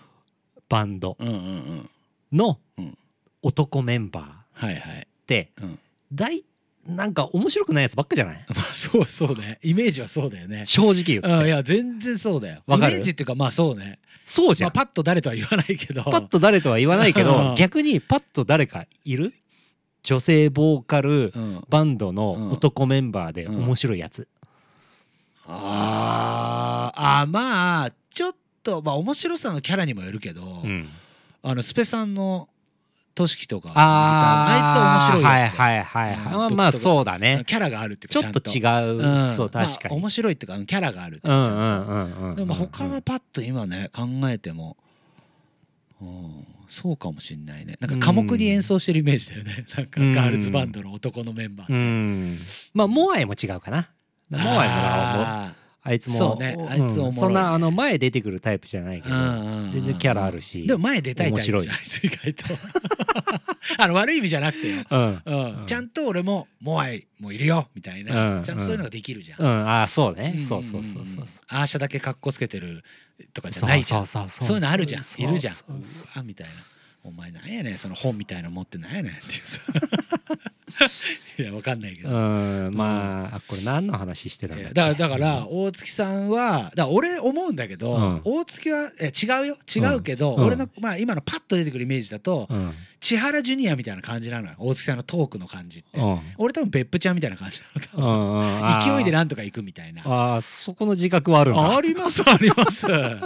Speaker 1: バンド
Speaker 2: うんうんうん
Speaker 1: の
Speaker 2: うん
Speaker 1: 男メンバーっ
Speaker 2: はいはい
Speaker 1: て
Speaker 2: うん
Speaker 1: 大なんか面白くないやつばっかじゃない
Speaker 2: まあそうそうねイメージはそうだよね
Speaker 1: 正直言
Speaker 2: う
Speaker 1: っ
Speaker 2: んい
Speaker 1: て
Speaker 2: や全然そうだよ
Speaker 1: わかる
Speaker 2: イメージっていうかまあそうね
Speaker 1: そうじ
Speaker 2: ま
Speaker 1: ゃ
Speaker 2: あ
Speaker 1: ん
Speaker 2: パッと誰とは言わないけど
Speaker 1: パッと誰とは言わないけ
Speaker 2: う
Speaker 1: ど
Speaker 2: ん
Speaker 1: 逆にパッと誰かいる女性ボーカル
Speaker 2: うん
Speaker 1: バンド
Speaker 2: うん
Speaker 1: の男メンバーで
Speaker 2: うん
Speaker 1: 面白いやつ
Speaker 2: あーあーまあちょっとまあ面白さのキャラにもよるけど、
Speaker 1: うん
Speaker 2: あのスペさんのとしきとか
Speaker 1: あ
Speaker 2: あいつは面白いやつだよ
Speaker 1: はいはいはいはい、
Speaker 2: うん
Speaker 1: まあ
Speaker 2: 独
Speaker 1: まあ
Speaker 2: 特
Speaker 1: そうだね
Speaker 2: キャラがあるっていう
Speaker 1: ち
Speaker 2: か
Speaker 1: ょっと違
Speaker 2: ち
Speaker 1: う、
Speaker 2: ゃんと
Speaker 1: そう確か
Speaker 2: まあ、
Speaker 1: に、
Speaker 2: 面白いっていうかキャラがあるって
Speaker 1: う
Speaker 2: い
Speaker 1: ん
Speaker 2: う
Speaker 1: う
Speaker 2: か
Speaker 1: んうんうんうん
Speaker 2: でも他はパッと今ね考えても、うん、そうかもしんないねなんか寡黙に演奏してるイメージだよねなんか
Speaker 1: うん
Speaker 2: ガールズバンドの男のメンバーって、
Speaker 1: うんまあモアイも違うかなモアイもあ
Speaker 2: あ
Speaker 1: あいつも
Speaker 2: そうねあいつおもろいね
Speaker 1: んそんなあの前出てくるタイプじゃないけど、
Speaker 2: ー
Speaker 1: 全然キャラあるし
Speaker 2: でも前出たいタイプじゃんあいつ意外と あの悪い意味じゃなくてよ、
Speaker 1: うん
Speaker 2: うん
Speaker 1: うん
Speaker 2: ちゃんと俺もモアイもいるよみたいな、
Speaker 1: うん
Speaker 2: ちゃんとそういうのができるじゃん、
Speaker 1: うん、ああそう
Speaker 2: うん
Speaker 1: ね、
Speaker 2: うんうん
Speaker 1: そうそうそうそうそ
Speaker 2: アーシャだけ格好つけてるとか
Speaker 1: う
Speaker 2: じゃないじゃん
Speaker 1: そうそう
Speaker 2: そういうのあるじゃん
Speaker 1: そう
Speaker 2: いるじゃん
Speaker 1: そうそう
Speaker 2: うわみたいなお前なんやねんその本みたいなの持ってなんやねんって いうさいやわかんないけど、
Speaker 1: うんまああこれ何の話してたんだっ
Speaker 2: え
Speaker 1: け
Speaker 2: ーだだから大月さんはだから俺思うんだけど、
Speaker 1: うん
Speaker 2: 大月はえ違うよ違うけど、
Speaker 1: うん
Speaker 2: 俺の、まあ、今のパッと出てくるイメージだと、
Speaker 1: うん
Speaker 2: 千原ジュニアみたいな感じなのよ大月さんのトークの感じって、
Speaker 1: うん
Speaker 2: 俺多分別府ちゃんみたいな感じな
Speaker 1: う
Speaker 2: の多分
Speaker 1: んうん あー
Speaker 2: 勢いでなんとか行くみたいなあ
Speaker 1: あーそこの自覚はあるんだ
Speaker 2: りますありますあ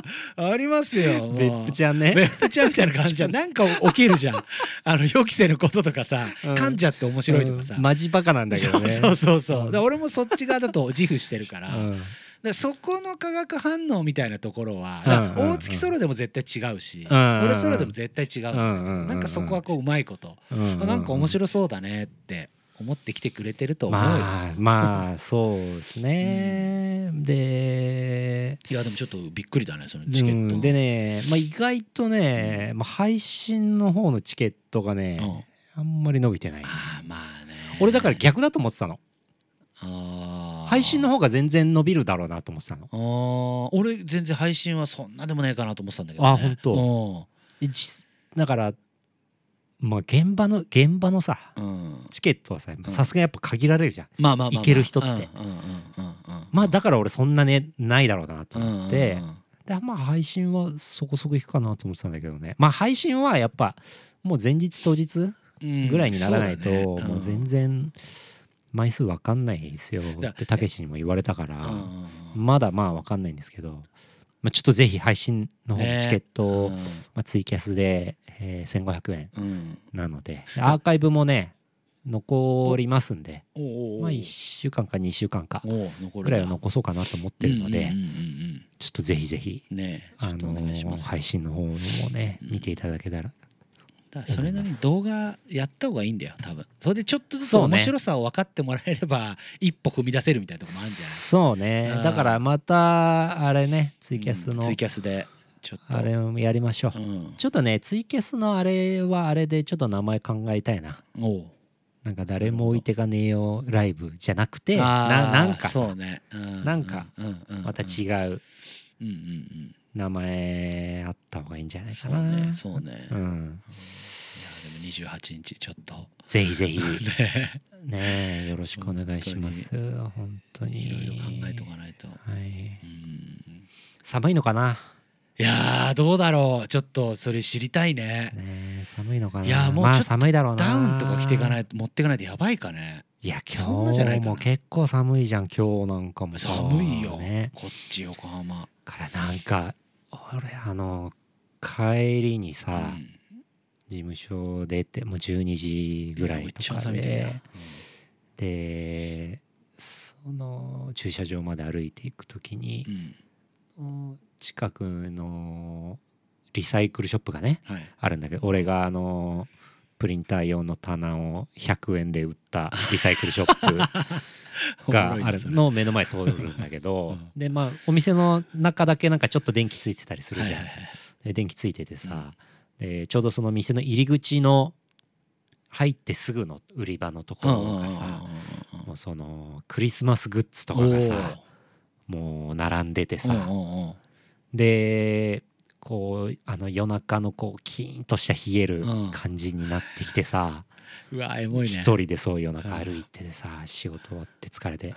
Speaker 2: りますよもう
Speaker 1: 別府ちゃんね
Speaker 2: 別府ちゃんみたいな感じじゃんなんか起きるじゃんあの予期せぬこととかさ、
Speaker 1: うん
Speaker 2: 噛んじゃって面白いとかさ、
Speaker 1: うんマジバカなんだけどね
Speaker 2: そうそうそうそう
Speaker 1: うん
Speaker 2: だから俺もそっち側だと自負してるから,、だか
Speaker 1: ん
Speaker 2: らそこの化学反応みたいなところは、
Speaker 1: うん
Speaker 2: だから
Speaker 1: うん
Speaker 2: 大月ソロでも絶対違うし、
Speaker 1: うん
Speaker 2: 俺ソロでも絶対違う、
Speaker 1: うん
Speaker 2: なんかそこはこううまいこと、
Speaker 1: うん
Speaker 2: あなんか面白そうだねって思ってきてくれてると思うよ、
Speaker 1: まあまあそうですね、で
Speaker 2: いやでもちょっとびっくりだねその
Speaker 1: うん
Speaker 2: チケット、
Speaker 1: でね、まあ、意外とね、まあ、配信の方のチケットが
Speaker 2: う
Speaker 1: ね
Speaker 2: ん、、
Speaker 1: あんまり伸びてない
Speaker 2: ああまあね
Speaker 1: 俺だから逆だと思ってたの
Speaker 2: あー
Speaker 1: 配信の方が全然伸びるだろうなと思ってたの
Speaker 2: あー俺全然配信はそんなでもないかなと思ってたんだけど、ね、
Speaker 1: あ本当実だからまあ現場の現場のさ
Speaker 2: うん、うん
Speaker 1: チケットはささすがにやっぱ限られるじゃん、
Speaker 2: まあまあまあまあ
Speaker 1: いける人って
Speaker 2: うんうんうんうん
Speaker 1: まあだから俺そんなねないだろうなと思って、
Speaker 2: うんうんうん
Speaker 1: でまあ配信はそこそこいくかなと思ってたんだけどねまあ配信はやっぱもう前日当日
Speaker 2: うん
Speaker 1: ぐらいにならないと、
Speaker 2: そうだねん
Speaker 1: もう全然枚数わかんないですよ
Speaker 2: だ
Speaker 1: ってたけしにも言われたから、
Speaker 2: うんうんうん
Speaker 1: まだまあわかんないんですけど、まあ、ちょっとぜひ配信の方の
Speaker 2: ね
Speaker 1: チケットを、
Speaker 2: うん
Speaker 1: まあ、ツイキャスで、えー1500円
Speaker 2: うん
Speaker 1: なの でアーカイブもね残りますんで、
Speaker 2: おうおうおう
Speaker 1: まあ、1週間か2週間か
Speaker 2: おう残
Speaker 1: ぐ
Speaker 2: る
Speaker 1: らいは残そうかなと思ってるので、
Speaker 2: うんうんうん
Speaker 1: ちょっとぜひぜひ
Speaker 2: うんねえ
Speaker 1: あ
Speaker 2: ちょっとお
Speaker 1: の
Speaker 2: 願いします、
Speaker 1: 配信の方もね、
Speaker 2: うん
Speaker 1: 見ていただけたら
Speaker 2: だからそれなりに動画やった方がいいんだよ多分それでちょっとずつ
Speaker 1: そうね
Speaker 2: 面白さを分かってもらえれば一歩踏み出せるみたいなとこもあるんじゃない
Speaker 1: そうね、
Speaker 2: うん
Speaker 1: だからまたあれねツイキャス
Speaker 2: うん
Speaker 1: の、
Speaker 2: ツイキャスでちょっと
Speaker 1: あれをやりましょう、
Speaker 2: うん
Speaker 1: ちょっとねツイキャスのあれはあれでちょっと名前考えたいな
Speaker 2: おう
Speaker 1: なんか誰も置いてかねえよライブじゃなくて
Speaker 2: あー
Speaker 1: ななんかさ
Speaker 2: そうね、うん
Speaker 1: なんか
Speaker 2: うんうんうんうん
Speaker 1: また違う
Speaker 2: うんうんうん
Speaker 1: 名前あった方がいいんじゃない
Speaker 2: そ
Speaker 1: か
Speaker 2: うね
Speaker 1: な
Speaker 2: そうね、
Speaker 1: う
Speaker 2: いや
Speaker 1: ん
Speaker 2: でも28日ちょっと
Speaker 1: ぜひぜひねえよろしくお願いします本当に
Speaker 2: いろいろ考えとかないと、
Speaker 1: はい
Speaker 2: うん
Speaker 1: 寒いのかない
Speaker 2: やーどうだろうちょっとそれ知りたいね
Speaker 1: ねえ寒いのかない
Speaker 2: やもう
Speaker 1: まあ
Speaker 2: ちょっと
Speaker 1: 寒いだろうな
Speaker 2: ダウンとか着ていかないいと持っていかないとやばいかね
Speaker 1: いや
Speaker 2: そんな
Speaker 1: 今
Speaker 2: じゃない
Speaker 1: 日
Speaker 2: かな
Speaker 1: も結構寒いじゃん今日なんかもさ
Speaker 2: 寒いよ、
Speaker 1: ね
Speaker 2: こっち横浜
Speaker 1: からなんか俺あの帰りに
Speaker 2: う
Speaker 1: さ
Speaker 2: ん
Speaker 1: 事務所出てもう12時ぐら
Speaker 2: や
Speaker 1: い
Speaker 2: 一
Speaker 1: と
Speaker 2: 番
Speaker 1: か
Speaker 2: 寒い時だ
Speaker 1: ででその駐車場まで歩いていく時に
Speaker 2: う、ん
Speaker 1: 近くのリサイクルショップがね
Speaker 2: はい
Speaker 1: あるんだけど俺があのプリンター用の棚を100円で売ったリサイクルショップ があるのを目の前通るんだけど、でまあお店の中だけなんかちょっと電気ついてたりす
Speaker 2: お
Speaker 1: る
Speaker 2: も
Speaker 1: じゃ
Speaker 2: ろいねそれ
Speaker 1: ん、
Speaker 2: はいはいはい
Speaker 1: で電気ついててさ、でちょうどその店の入り口の入ってすぐの売り場のところがさ、
Speaker 2: うんうんうんうんうん
Speaker 1: もうそのクリスマスグッズと
Speaker 2: お
Speaker 1: かがさもう並んでてさ、
Speaker 2: うんうんうん
Speaker 1: でこうあの夜中のこうキーンとした冷える
Speaker 2: うん
Speaker 1: 感じになってきてさ、
Speaker 2: うわエモい
Speaker 1: 一
Speaker 2: ね
Speaker 1: 人でそう夜中
Speaker 2: うん
Speaker 1: 歩いててさ、仕事終わって疲れて、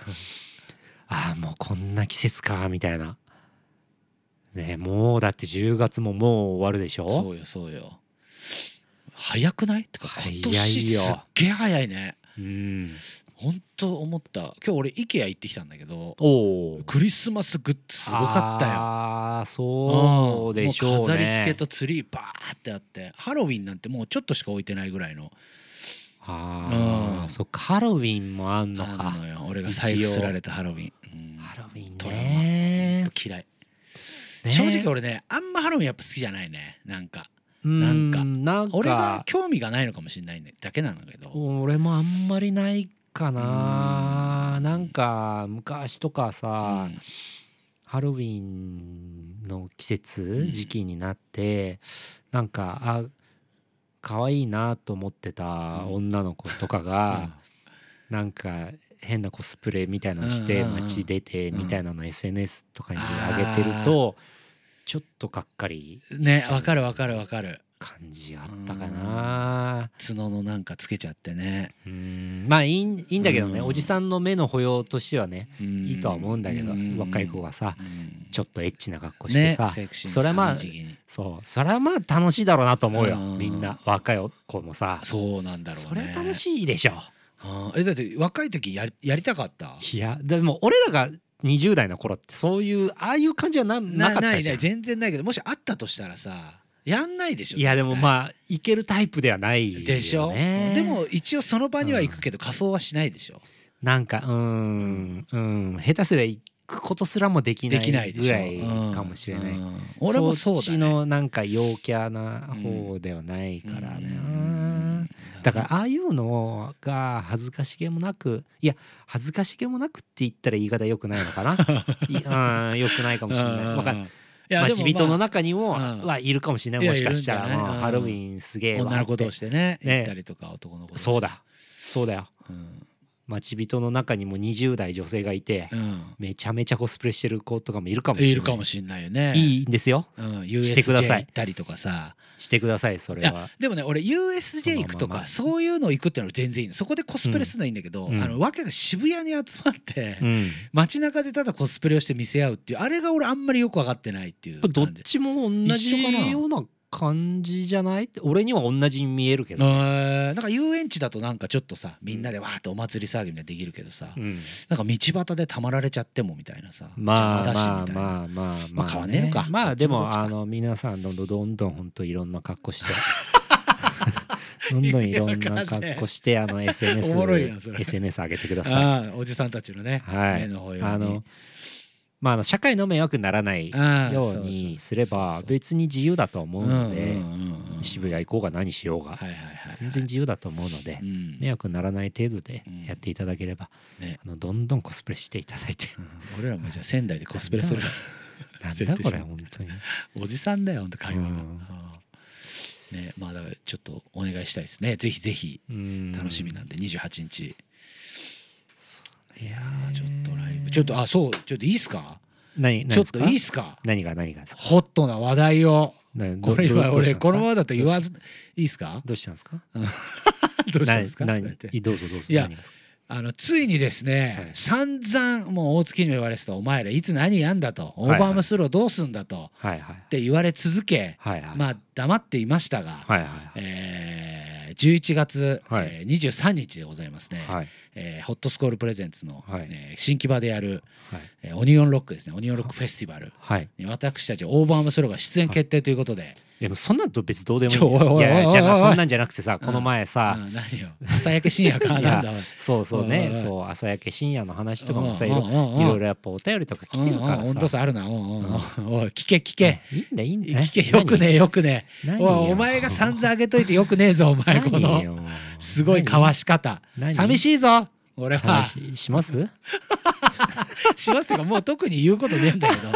Speaker 1: ああもうこんな季節かみたいなねもうだって10月ももう終わるでし
Speaker 2: そ
Speaker 1: ょ
Speaker 2: うよそうよ早くないってか
Speaker 1: 早い
Speaker 2: 今
Speaker 1: よ
Speaker 2: 年すっげえ早いね
Speaker 1: うん
Speaker 2: 本当思った今日俺 IKEA 行ってきたんだけど
Speaker 1: おお
Speaker 2: クリスマスグッズすごかったよ
Speaker 1: ああそうでしょうね
Speaker 2: んも飾り付けとツリーバーってあってハロウィンなんてもうちょっとしか置いてないぐらいの
Speaker 1: ああ、
Speaker 2: うん
Speaker 1: そっかハロウィンもあんの
Speaker 2: あ
Speaker 1: か
Speaker 2: んのよ俺が財布すられたハロウィン、うん
Speaker 1: ハロウィン
Speaker 2: トラウマ
Speaker 1: ね
Speaker 2: ほんと嫌い、
Speaker 1: ね
Speaker 2: 正直俺ねあんまハロウィンやっぱ好きじゃないねなんか
Speaker 1: うん
Speaker 2: なんか
Speaker 1: なんか
Speaker 2: 俺が興味がないのかもしれないねだけなんだけど
Speaker 1: 俺もあんまりないかな
Speaker 2: うん
Speaker 1: なんか昔とかさ、
Speaker 2: うん
Speaker 1: ハロウィンの季節
Speaker 2: ん
Speaker 1: 時期になって、なんかあ可愛いなと思ってた
Speaker 2: うん
Speaker 1: 女の子とか
Speaker 2: うん
Speaker 1: が、なんか変なコスプレみたいなのして
Speaker 2: うんうんうん
Speaker 1: 街出て
Speaker 2: うん
Speaker 1: みたいなの SNS とかに上げてるとちょっとがっかり
Speaker 2: ねわかるわかるわかる
Speaker 1: 感じあったかな
Speaker 2: 角のなんかつけちゃってね
Speaker 1: うんまあいいんいいんだけどね
Speaker 2: うん
Speaker 1: おじさんの目の保養としてはねい
Speaker 2: い
Speaker 1: いとは思うんだけど若い子がさち
Speaker 2: ょっ
Speaker 1: ょっとエッチな格好してさ
Speaker 2: セクシーな
Speaker 1: それはまあ
Speaker 2: 寒い時期に
Speaker 1: そうそれはまあ楽しいだろうなと思うよ
Speaker 2: うん
Speaker 1: みんな若い子もさ
Speaker 2: そうなんだろうね
Speaker 1: それは楽しいでしょ
Speaker 2: あーえだって若い時やりやりたかった
Speaker 1: いやでも俺らが20代の頃ってそういうああいう感じはななかっ
Speaker 2: な
Speaker 1: た
Speaker 2: い
Speaker 1: じ
Speaker 2: な
Speaker 1: ゃ
Speaker 2: い
Speaker 1: ん
Speaker 2: 全然ないけどもしあったとしたらさやんないでしょ
Speaker 1: いやでも
Speaker 2: あ
Speaker 1: まあいけるタイプではないよね
Speaker 2: でしょでも一応その場には行くけど仮装はしないでしょ
Speaker 1: なんかうーんうん下手すりゃ行くことすらもできな
Speaker 2: できない
Speaker 1: い
Speaker 2: でし
Speaker 1: ぐ
Speaker 2: ょ
Speaker 1: らいかもしれない、
Speaker 2: うんうん俺もそ
Speaker 1: そ
Speaker 2: うだ
Speaker 1: っち
Speaker 2: ね
Speaker 1: のなんか陽キャな方ではないからね、
Speaker 2: うん
Speaker 1: だからああいうのが恥ずかしげもなくいや恥ずかしげもなくって言ったら言い方良くないのかないうん 良くないかもしれないわかんない
Speaker 2: いやでもまあ
Speaker 1: 待ち人の中にも、
Speaker 2: うん
Speaker 1: はいるかもしれない
Speaker 2: いや
Speaker 1: もしかしたら
Speaker 2: いるんじゃな
Speaker 1: ま
Speaker 2: い
Speaker 1: あ
Speaker 2: うん
Speaker 1: ハロウィンすげえわ
Speaker 2: 女の子
Speaker 1: って
Speaker 2: 同士でね
Speaker 1: ね
Speaker 2: 行ったりとか男の子同士
Speaker 1: そうだそうだよ
Speaker 2: うん
Speaker 1: 待ち人の中にも20代女性がいて、
Speaker 2: うん
Speaker 1: めちゃめちゃコスプレしてる子とかもいるかもしれない
Speaker 2: いるかもしれないよね
Speaker 1: いいんですよ
Speaker 2: うん
Speaker 1: してください
Speaker 2: USJ 行ったりとかさ
Speaker 1: してくださいそれ
Speaker 2: い
Speaker 1: は
Speaker 2: でもね俺 USJ 行くと
Speaker 1: そのまま
Speaker 2: かそういうの行くってのは全然いいのそこでコスプレするのはいいんだけど
Speaker 1: うん
Speaker 2: あのわけが渋谷に集まって
Speaker 1: うん
Speaker 2: 街中でただコスプレをして見せ合うっていうあれが俺あんまりよく分かってないっていう感じ
Speaker 1: どっちも同じような感じじゃない俺には同じに見えるけ
Speaker 2: え
Speaker 1: ど、
Speaker 2: ーなんか遊園地だとなんかちょっとさみんなでわーってお祭り騒ぎみたいなのできるけどさ、
Speaker 1: うん
Speaker 2: なんか道端でたまられちゃってもみたいなさ
Speaker 1: まあ
Speaker 2: 邪魔だし
Speaker 1: まあ
Speaker 2: みたいな
Speaker 1: まあまあま
Speaker 2: まあ変わんねえのか
Speaker 1: ま
Speaker 2: ど
Speaker 1: あ
Speaker 2: っち
Speaker 1: で
Speaker 2: もどっ
Speaker 1: も
Speaker 2: ちか
Speaker 1: あの皆さんどんどんどんどん本当いろんな格好して どんどんいろんな格好してあの SNS
Speaker 2: おもろいなそれ
Speaker 1: SNS 上げてください。
Speaker 2: ああおじさんたちのね、
Speaker 1: はい
Speaker 2: 目の方
Speaker 1: あのまああの社会の迷惑にならないようにすれば別に自由だと思うので渋谷行こうが何しようが
Speaker 2: はいはいはいはい
Speaker 1: 全然自由だと思うので
Speaker 2: うん
Speaker 1: 迷惑にならない程度でやっていただければ、
Speaker 2: うんね
Speaker 1: あのどんどんコスプレしていただいて
Speaker 2: うん俺らもじゃあ仙台でコスプレする
Speaker 1: なん なんだこれ本当に
Speaker 2: おじさんだよほんと会話が、
Speaker 1: うん
Speaker 2: うんねまあだからちょっとお願いしたいですねぜひぜひ
Speaker 1: うん
Speaker 2: 楽しみなんで28日、
Speaker 1: いや
Speaker 2: あ
Speaker 1: ー
Speaker 2: ちょっとライブちょっとあそうちょっといいっすか
Speaker 1: 何
Speaker 2: ちょっといいっ
Speaker 1: すか
Speaker 2: すか
Speaker 1: 何が何がですか
Speaker 2: ホットな話題を
Speaker 1: など
Speaker 2: これ
Speaker 1: ど
Speaker 2: 今
Speaker 1: どうしたんです
Speaker 2: 俺
Speaker 1: か
Speaker 2: このままだと言わずいいっすか
Speaker 1: どうしたんですか
Speaker 2: どうしたんですか
Speaker 1: 何
Speaker 2: とか言って
Speaker 1: 何どうぞどうぞ
Speaker 2: いや
Speaker 1: 何がですか
Speaker 2: あのついにですね、
Speaker 1: はい
Speaker 2: 散々もう大月にも言われてた「お前らいつ何やんだ」と「オ
Speaker 1: いはい
Speaker 2: ーバームスローどうすんだ」と
Speaker 1: はいはい
Speaker 2: って言われ続け、
Speaker 1: はいはい
Speaker 2: まあ黙っていましたが、
Speaker 1: はいはい
Speaker 2: えー11月、
Speaker 1: はい
Speaker 2: えー23日でございますね、
Speaker 1: はい
Speaker 2: えーホットスコールプレゼンツの、
Speaker 1: はい
Speaker 2: えー新木場でやる、
Speaker 1: はい
Speaker 2: えーオニオンロックですねオニオンロックフェスティバル
Speaker 1: はい
Speaker 2: に私たちオーバームスローが出演決定ということで、
Speaker 1: いやもうそんなんと別にどうでもいい
Speaker 2: ちょおいおいおい
Speaker 1: んだよいやいやじゃ
Speaker 2: おい
Speaker 1: あ
Speaker 2: おい
Speaker 1: そんなんじゃなくてさこの前さ
Speaker 2: うん何よ朝焼け深夜か
Speaker 1: いや
Speaker 2: なんだおい
Speaker 1: そうそう
Speaker 2: おい
Speaker 1: ね
Speaker 2: おいおい
Speaker 1: そう朝焼け深夜の話とかもさい
Speaker 2: うんう
Speaker 1: ろ
Speaker 2: ん
Speaker 1: い
Speaker 2: うんうん
Speaker 1: ろいろやっぱお便りとか来てるか
Speaker 2: うん
Speaker 1: ら
Speaker 2: うん温度
Speaker 1: さ
Speaker 2: 差あるな、うんうんうんおい聞け聞け、
Speaker 1: いいんだいいんだ
Speaker 2: 聞けよくねえよくねえ
Speaker 1: 何何
Speaker 2: おい
Speaker 1: よ
Speaker 2: お前が散々あげといてよくねえぞお前こ
Speaker 1: 何
Speaker 2: の
Speaker 1: よ
Speaker 2: すごいかわし方
Speaker 1: 何
Speaker 2: 寂しいぞ俺は
Speaker 1: 話します
Speaker 2: しますとかもう特に言うことねえんだけどい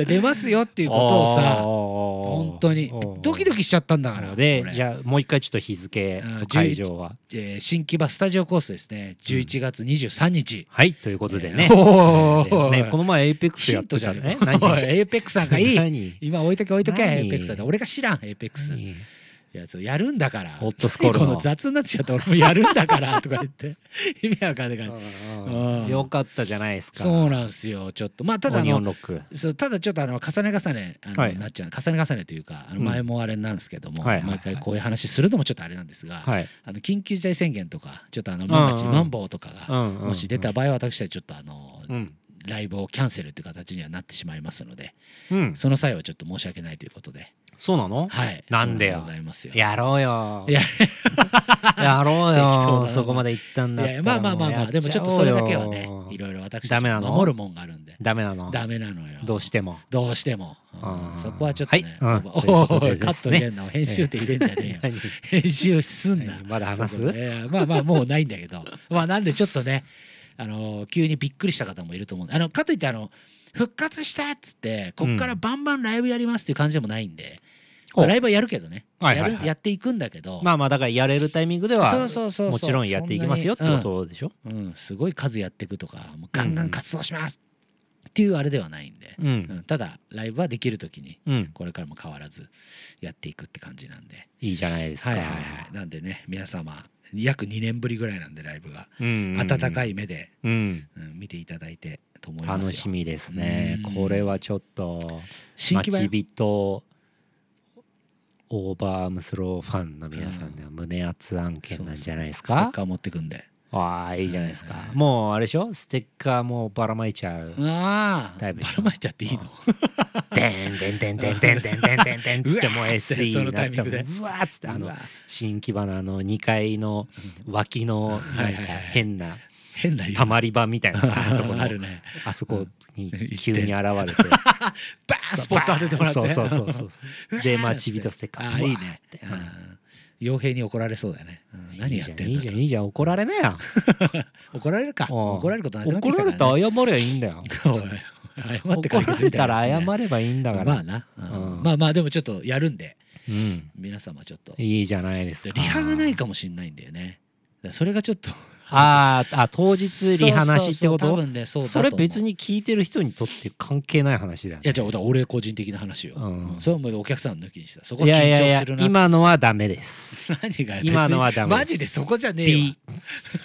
Speaker 2: や出ますよっていうことをさ本
Speaker 1: 本
Speaker 2: 当にドキドキしちゃったんだか
Speaker 1: な
Speaker 2: ら
Speaker 1: ので
Speaker 2: 俺
Speaker 1: じゃあもう一回ちょっと日付
Speaker 2: うん
Speaker 1: と会場は
Speaker 2: えー新木場スタジオコースですね11月23日、
Speaker 1: はいということでね,、
Speaker 2: えーおー
Speaker 1: えーねこの前エイペックス
Speaker 2: ヒ
Speaker 1: やっ
Speaker 2: ント
Speaker 1: て
Speaker 2: じ
Speaker 1: た
Speaker 2: ゃ
Speaker 1: ら
Speaker 2: ね
Speaker 1: ね
Speaker 2: えか
Speaker 1: 何
Speaker 2: おいエイペックスなんかいい
Speaker 1: 何
Speaker 2: 今置いとけ置いとけ
Speaker 1: 何
Speaker 2: エイペックスだって俺が知らんエイペックスい
Speaker 1: 何
Speaker 2: やそうやるんだから
Speaker 1: ホットスコール
Speaker 2: こ
Speaker 1: の
Speaker 2: の雑になっちゃって俺もやるんだからとか言って 意味わかんないから
Speaker 1: うん
Speaker 2: うん
Speaker 1: よかったじゃないですか
Speaker 2: そうなんですよちょっとまあただ
Speaker 1: オ
Speaker 2: あ
Speaker 1: ニオン
Speaker 2: の
Speaker 1: ロック
Speaker 2: そうただちょっとあの重ね重ねあの、
Speaker 1: はい
Speaker 2: なっちゃう重ね重ねというかあの
Speaker 1: うん
Speaker 2: 前もあれなんですけども、
Speaker 1: はいはいはい
Speaker 2: 毎回こういう話するのもちょっとあれなんですが、
Speaker 1: はい
Speaker 2: あの緊急事態宣言とかちょっとあの万がち
Speaker 1: うんうん
Speaker 2: マンボウとかがも
Speaker 1: も
Speaker 2: し出た場合は私はちょっとあの
Speaker 1: うん
Speaker 2: ライブをキャンセルという形にはなってしまいますので
Speaker 1: うん
Speaker 2: その際はちょっと申し訳ないということで
Speaker 1: そうなの
Speaker 2: はい
Speaker 1: なんでよ
Speaker 2: そうございますよ
Speaker 1: やろうよ
Speaker 2: いや
Speaker 1: やろう
Speaker 2: 適当だ
Speaker 1: よ
Speaker 2: な
Speaker 1: そこまで行ったんだ
Speaker 2: い
Speaker 1: った
Speaker 2: やい
Speaker 1: ら
Speaker 2: やまあまあまあま
Speaker 1: も
Speaker 2: あ
Speaker 1: う
Speaker 2: でもちょっとそれだけはね
Speaker 1: やっちゃおうよ
Speaker 2: いろいろ私
Speaker 1: ダメなの
Speaker 2: 守るもんがあるんで
Speaker 1: ダメなの
Speaker 2: ダメなのよ
Speaker 1: どうしても
Speaker 2: どうしても、うん
Speaker 1: あー
Speaker 2: そこはちょっとね、
Speaker 1: はいうん
Speaker 2: お
Speaker 1: ということ
Speaker 2: お
Speaker 1: で
Speaker 2: い
Speaker 1: ですね
Speaker 2: カット入れんな編集って入れんじゃねえよ編集すんな
Speaker 1: まだ話
Speaker 2: そこ
Speaker 1: す
Speaker 2: ねまあまあもうないんだけど まあなんでちょっとねあの急にびっくりした方もいると思うんであのかといってあの復活したっつってこっからバンバンライブやりますっていう感じでもないんで、
Speaker 1: ほう
Speaker 2: ライブはやるけどね、
Speaker 1: はいはいはい
Speaker 2: やるやっていくんだけど、
Speaker 1: まあまあだからやれるタイミングでは
Speaker 2: そうそうそうそう
Speaker 1: もちろんやっていきますよってことでしょ
Speaker 2: そんなにうんうんすごい数やっていくとかもうガンガン活動しますっていうあれではないんで、
Speaker 1: う
Speaker 2: うんんただライブはできる時に
Speaker 1: うん
Speaker 2: これからも変わらずやっていくって感じなんで
Speaker 1: いいじゃないですか
Speaker 2: はいはいはいなんでね皆様約2年ぶりぐらいなんでライブが
Speaker 1: 温
Speaker 2: 温か
Speaker 1: い
Speaker 2: い目で、
Speaker 1: うん
Speaker 2: うん見ていただいてと思いますよ
Speaker 1: 楽しみですね
Speaker 2: うん
Speaker 1: これはちょっと
Speaker 2: 新規
Speaker 1: 待
Speaker 2: 版
Speaker 1: ち人オーバーアームスローファンの皆さんには胸熱案件なんじゃないです
Speaker 2: ステッ
Speaker 1: か
Speaker 2: カー持ってくんで
Speaker 1: ああいいじゃないです
Speaker 2: はい
Speaker 1: か
Speaker 2: はい
Speaker 1: もうあれでしょステッカーもうばらまいちゃう
Speaker 2: ああ
Speaker 1: だ
Speaker 2: ば
Speaker 1: いぶ
Speaker 2: らまいちゃっていいの
Speaker 1: でんでんでんでんでんでんでんでんでんつってもう
Speaker 2: うわーっつって
Speaker 1: SE に
Speaker 2: その
Speaker 1: な
Speaker 2: タ
Speaker 1: っ
Speaker 2: イミングで
Speaker 1: てもうわーっつってあ
Speaker 2: う
Speaker 1: の
Speaker 2: わ
Speaker 1: 新木場のあの2階の脇のなんか
Speaker 2: はいはいはい
Speaker 1: 変な
Speaker 2: 変な
Speaker 1: たまり場みたいなさとこ
Speaker 2: あ
Speaker 1: の
Speaker 2: るね
Speaker 1: あそこに
Speaker 2: うん
Speaker 1: 急に現れて
Speaker 2: バーンスポット当ててもらって
Speaker 1: そうそうそうそう
Speaker 2: うわー
Speaker 1: でまあちびとステッカ
Speaker 2: あ
Speaker 1: ー
Speaker 2: あ
Speaker 1: ブワ
Speaker 2: い
Speaker 1: ー
Speaker 2: い
Speaker 1: っ
Speaker 2: ね
Speaker 1: て
Speaker 2: うん傭兵に怒られそうだね、うん何やってん
Speaker 1: いい
Speaker 2: だ
Speaker 1: じゃん
Speaker 2: と
Speaker 1: いいじゃんいいじゃん怒られなよ
Speaker 2: 怒られるか
Speaker 1: うん
Speaker 2: 怒られることなくなって
Speaker 1: 怒
Speaker 2: き
Speaker 1: られ
Speaker 2: た
Speaker 1: た
Speaker 2: から
Speaker 1: ら
Speaker 2: ね
Speaker 1: 謝りゃいいんだ よ
Speaker 2: 謝って
Speaker 1: 怒られたら謝ればいいんだか
Speaker 2: まあ
Speaker 1: ら
Speaker 2: な、うん
Speaker 1: うん
Speaker 2: まあまあでもちょっとやるんで
Speaker 1: うん
Speaker 2: 皆様ちょっとリ
Speaker 1: いいじゃないですか
Speaker 2: ハがないかもしれないんだよねだからそれがちょっと
Speaker 1: あーあ 当日リハなしってこ
Speaker 2: そうそうそう多
Speaker 1: と
Speaker 2: 分ねそうだと
Speaker 1: そ
Speaker 2: 思
Speaker 1: れ
Speaker 2: う
Speaker 1: 別に聞いてる人にとって関係ない話だよ
Speaker 2: いやじゃあだから俺個人的な話よ、
Speaker 1: うん
Speaker 2: それはもうお客さん抜きにしたそこ
Speaker 1: い
Speaker 2: は緊
Speaker 1: やいやい
Speaker 2: 張
Speaker 1: や
Speaker 2: するな
Speaker 1: 今のはダメです
Speaker 2: 何が
Speaker 1: 今のはダメです
Speaker 2: マジでそこじゃねえわ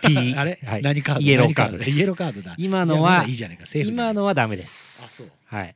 Speaker 1: P P
Speaker 2: あれ、
Speaker 1: はい
Speaker 2: 何カード
Speaker 1: イエローカード
Speaker 2: 何
Speaker 1: で
Speaker 2: イエ
Speaker 1: す
Speaker 2: ローカードだ
Speaker 1: 今の
Speaker 2: じゃあ
Speaker 1: は
Speaker 2: まだいいじゃないかセーフじゃな
Speaker 1: 今
Speaker 2: い
Speaker 1: のはダメです
Speaker 2: あそう
Speaker 1: はい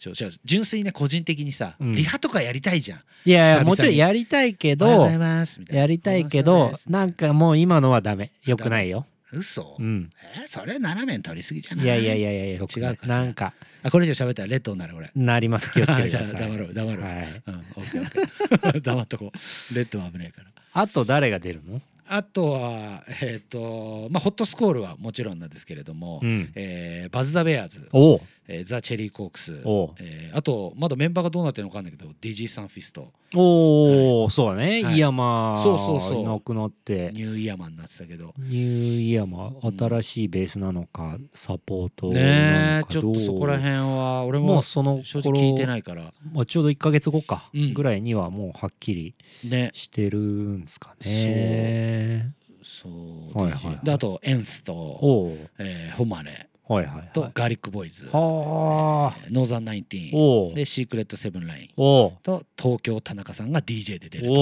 Speaker 2: ちょじゃあ純粋にね個人的にさ、
Speaker 1: うん
Speaker 2: リハとかやりたいじゃん
Speaker 1: いやいや
Speaker 2: 久々に
Speaker 1: もちろんやりたいけ
Speaker 2: おはようご
Speaker 1: ど
Speaker 2: ざいますみたいな
Speaker 1: やりたいけどなんかもう今のはダメよくないよ
Speaker 2: 嘘、
Speaker 1: うん
Speaker 2: えーそれ斜めに取りすぎじゃない
Speaker 1: いやいやいやいやよくな
Speaker 2: 違う
Speaker 1: い
Speaker 2: か
Speaker 1: なんか
Speaker 2: あこれ以上喋ったらレッドになる俺
Speaker 1: なります気をつけてくだ
Speaker 2: じ
Speaker 1: さ
Speaker 2: ゃあ
Speaker 1: い
Speaker 2: 黙ろう黙ろう
Speaker 1: はい
Speaker 2: うん、オッケーオッケ ー黙っとこうレッドは危ないから
Speaker 1: あと誰が出るの
Speaker 2: あとはえっ、とまあホットスコールはもちろんなんですけれども、
Speaker 1: うん
Speaker 2: えーバズ・ザ・ベアーズ、
Speaker 1: おう
Speaker 2: えーザ・チェリー・コークス、
Speaker 1: おう
Speaker 2: えーあとまだメンバーがどうなってるのかわかんないけどディジー・サンフィスト
Speaker 1: おーそうだね
Speaker 2: はい
Speaker 1: 井山
Speaker 2: そうそうそう
Speaker 1: いなくなって
Speaker 2: ニューイヤーマンになってたけど
Speaker 1: ニューイヤーも新しいベースなのかサポートな
Speaker 2: ね
Speaker 1: の
Speaker 2: え
Speaker 1: か
Speaker 2: ち
Speaker 1: ど
Speaker 2: ょっとそこら辺は俺
Speaker 1: うも
Speaker 2: も
Speaker 1: うその
Speaker 2: 正直
Speaker 1: 頃
Speaker 2: 聞いてないから
Speaker 1: まあ、ちょうど1か月後か
Speaker 2: うん
Speaker 1: ぐらいにはもうはっきり
Speaker 2: ね
Speaker 1: してるんですかね。
Speaker 2: そう、
Speaker 1: はいはいはい
Speaker 2: であとエンスと、
Speaker 1: おう
Speaker 2: えー、ホマレ
Speaker 1: はいはい
Speaker 2: と、
Speaker 1: はい。
Speaker 2: ガーリック・ボーイズ、
Speaker 1: はあ
Speaker 2: えーノーザンナインティーン
Speaker 1: おう
Speaker 2: でシークレット・セブン・ライン
Speaker 1: おう
Speaker 2: と東京田中さんが DJ で出るとっ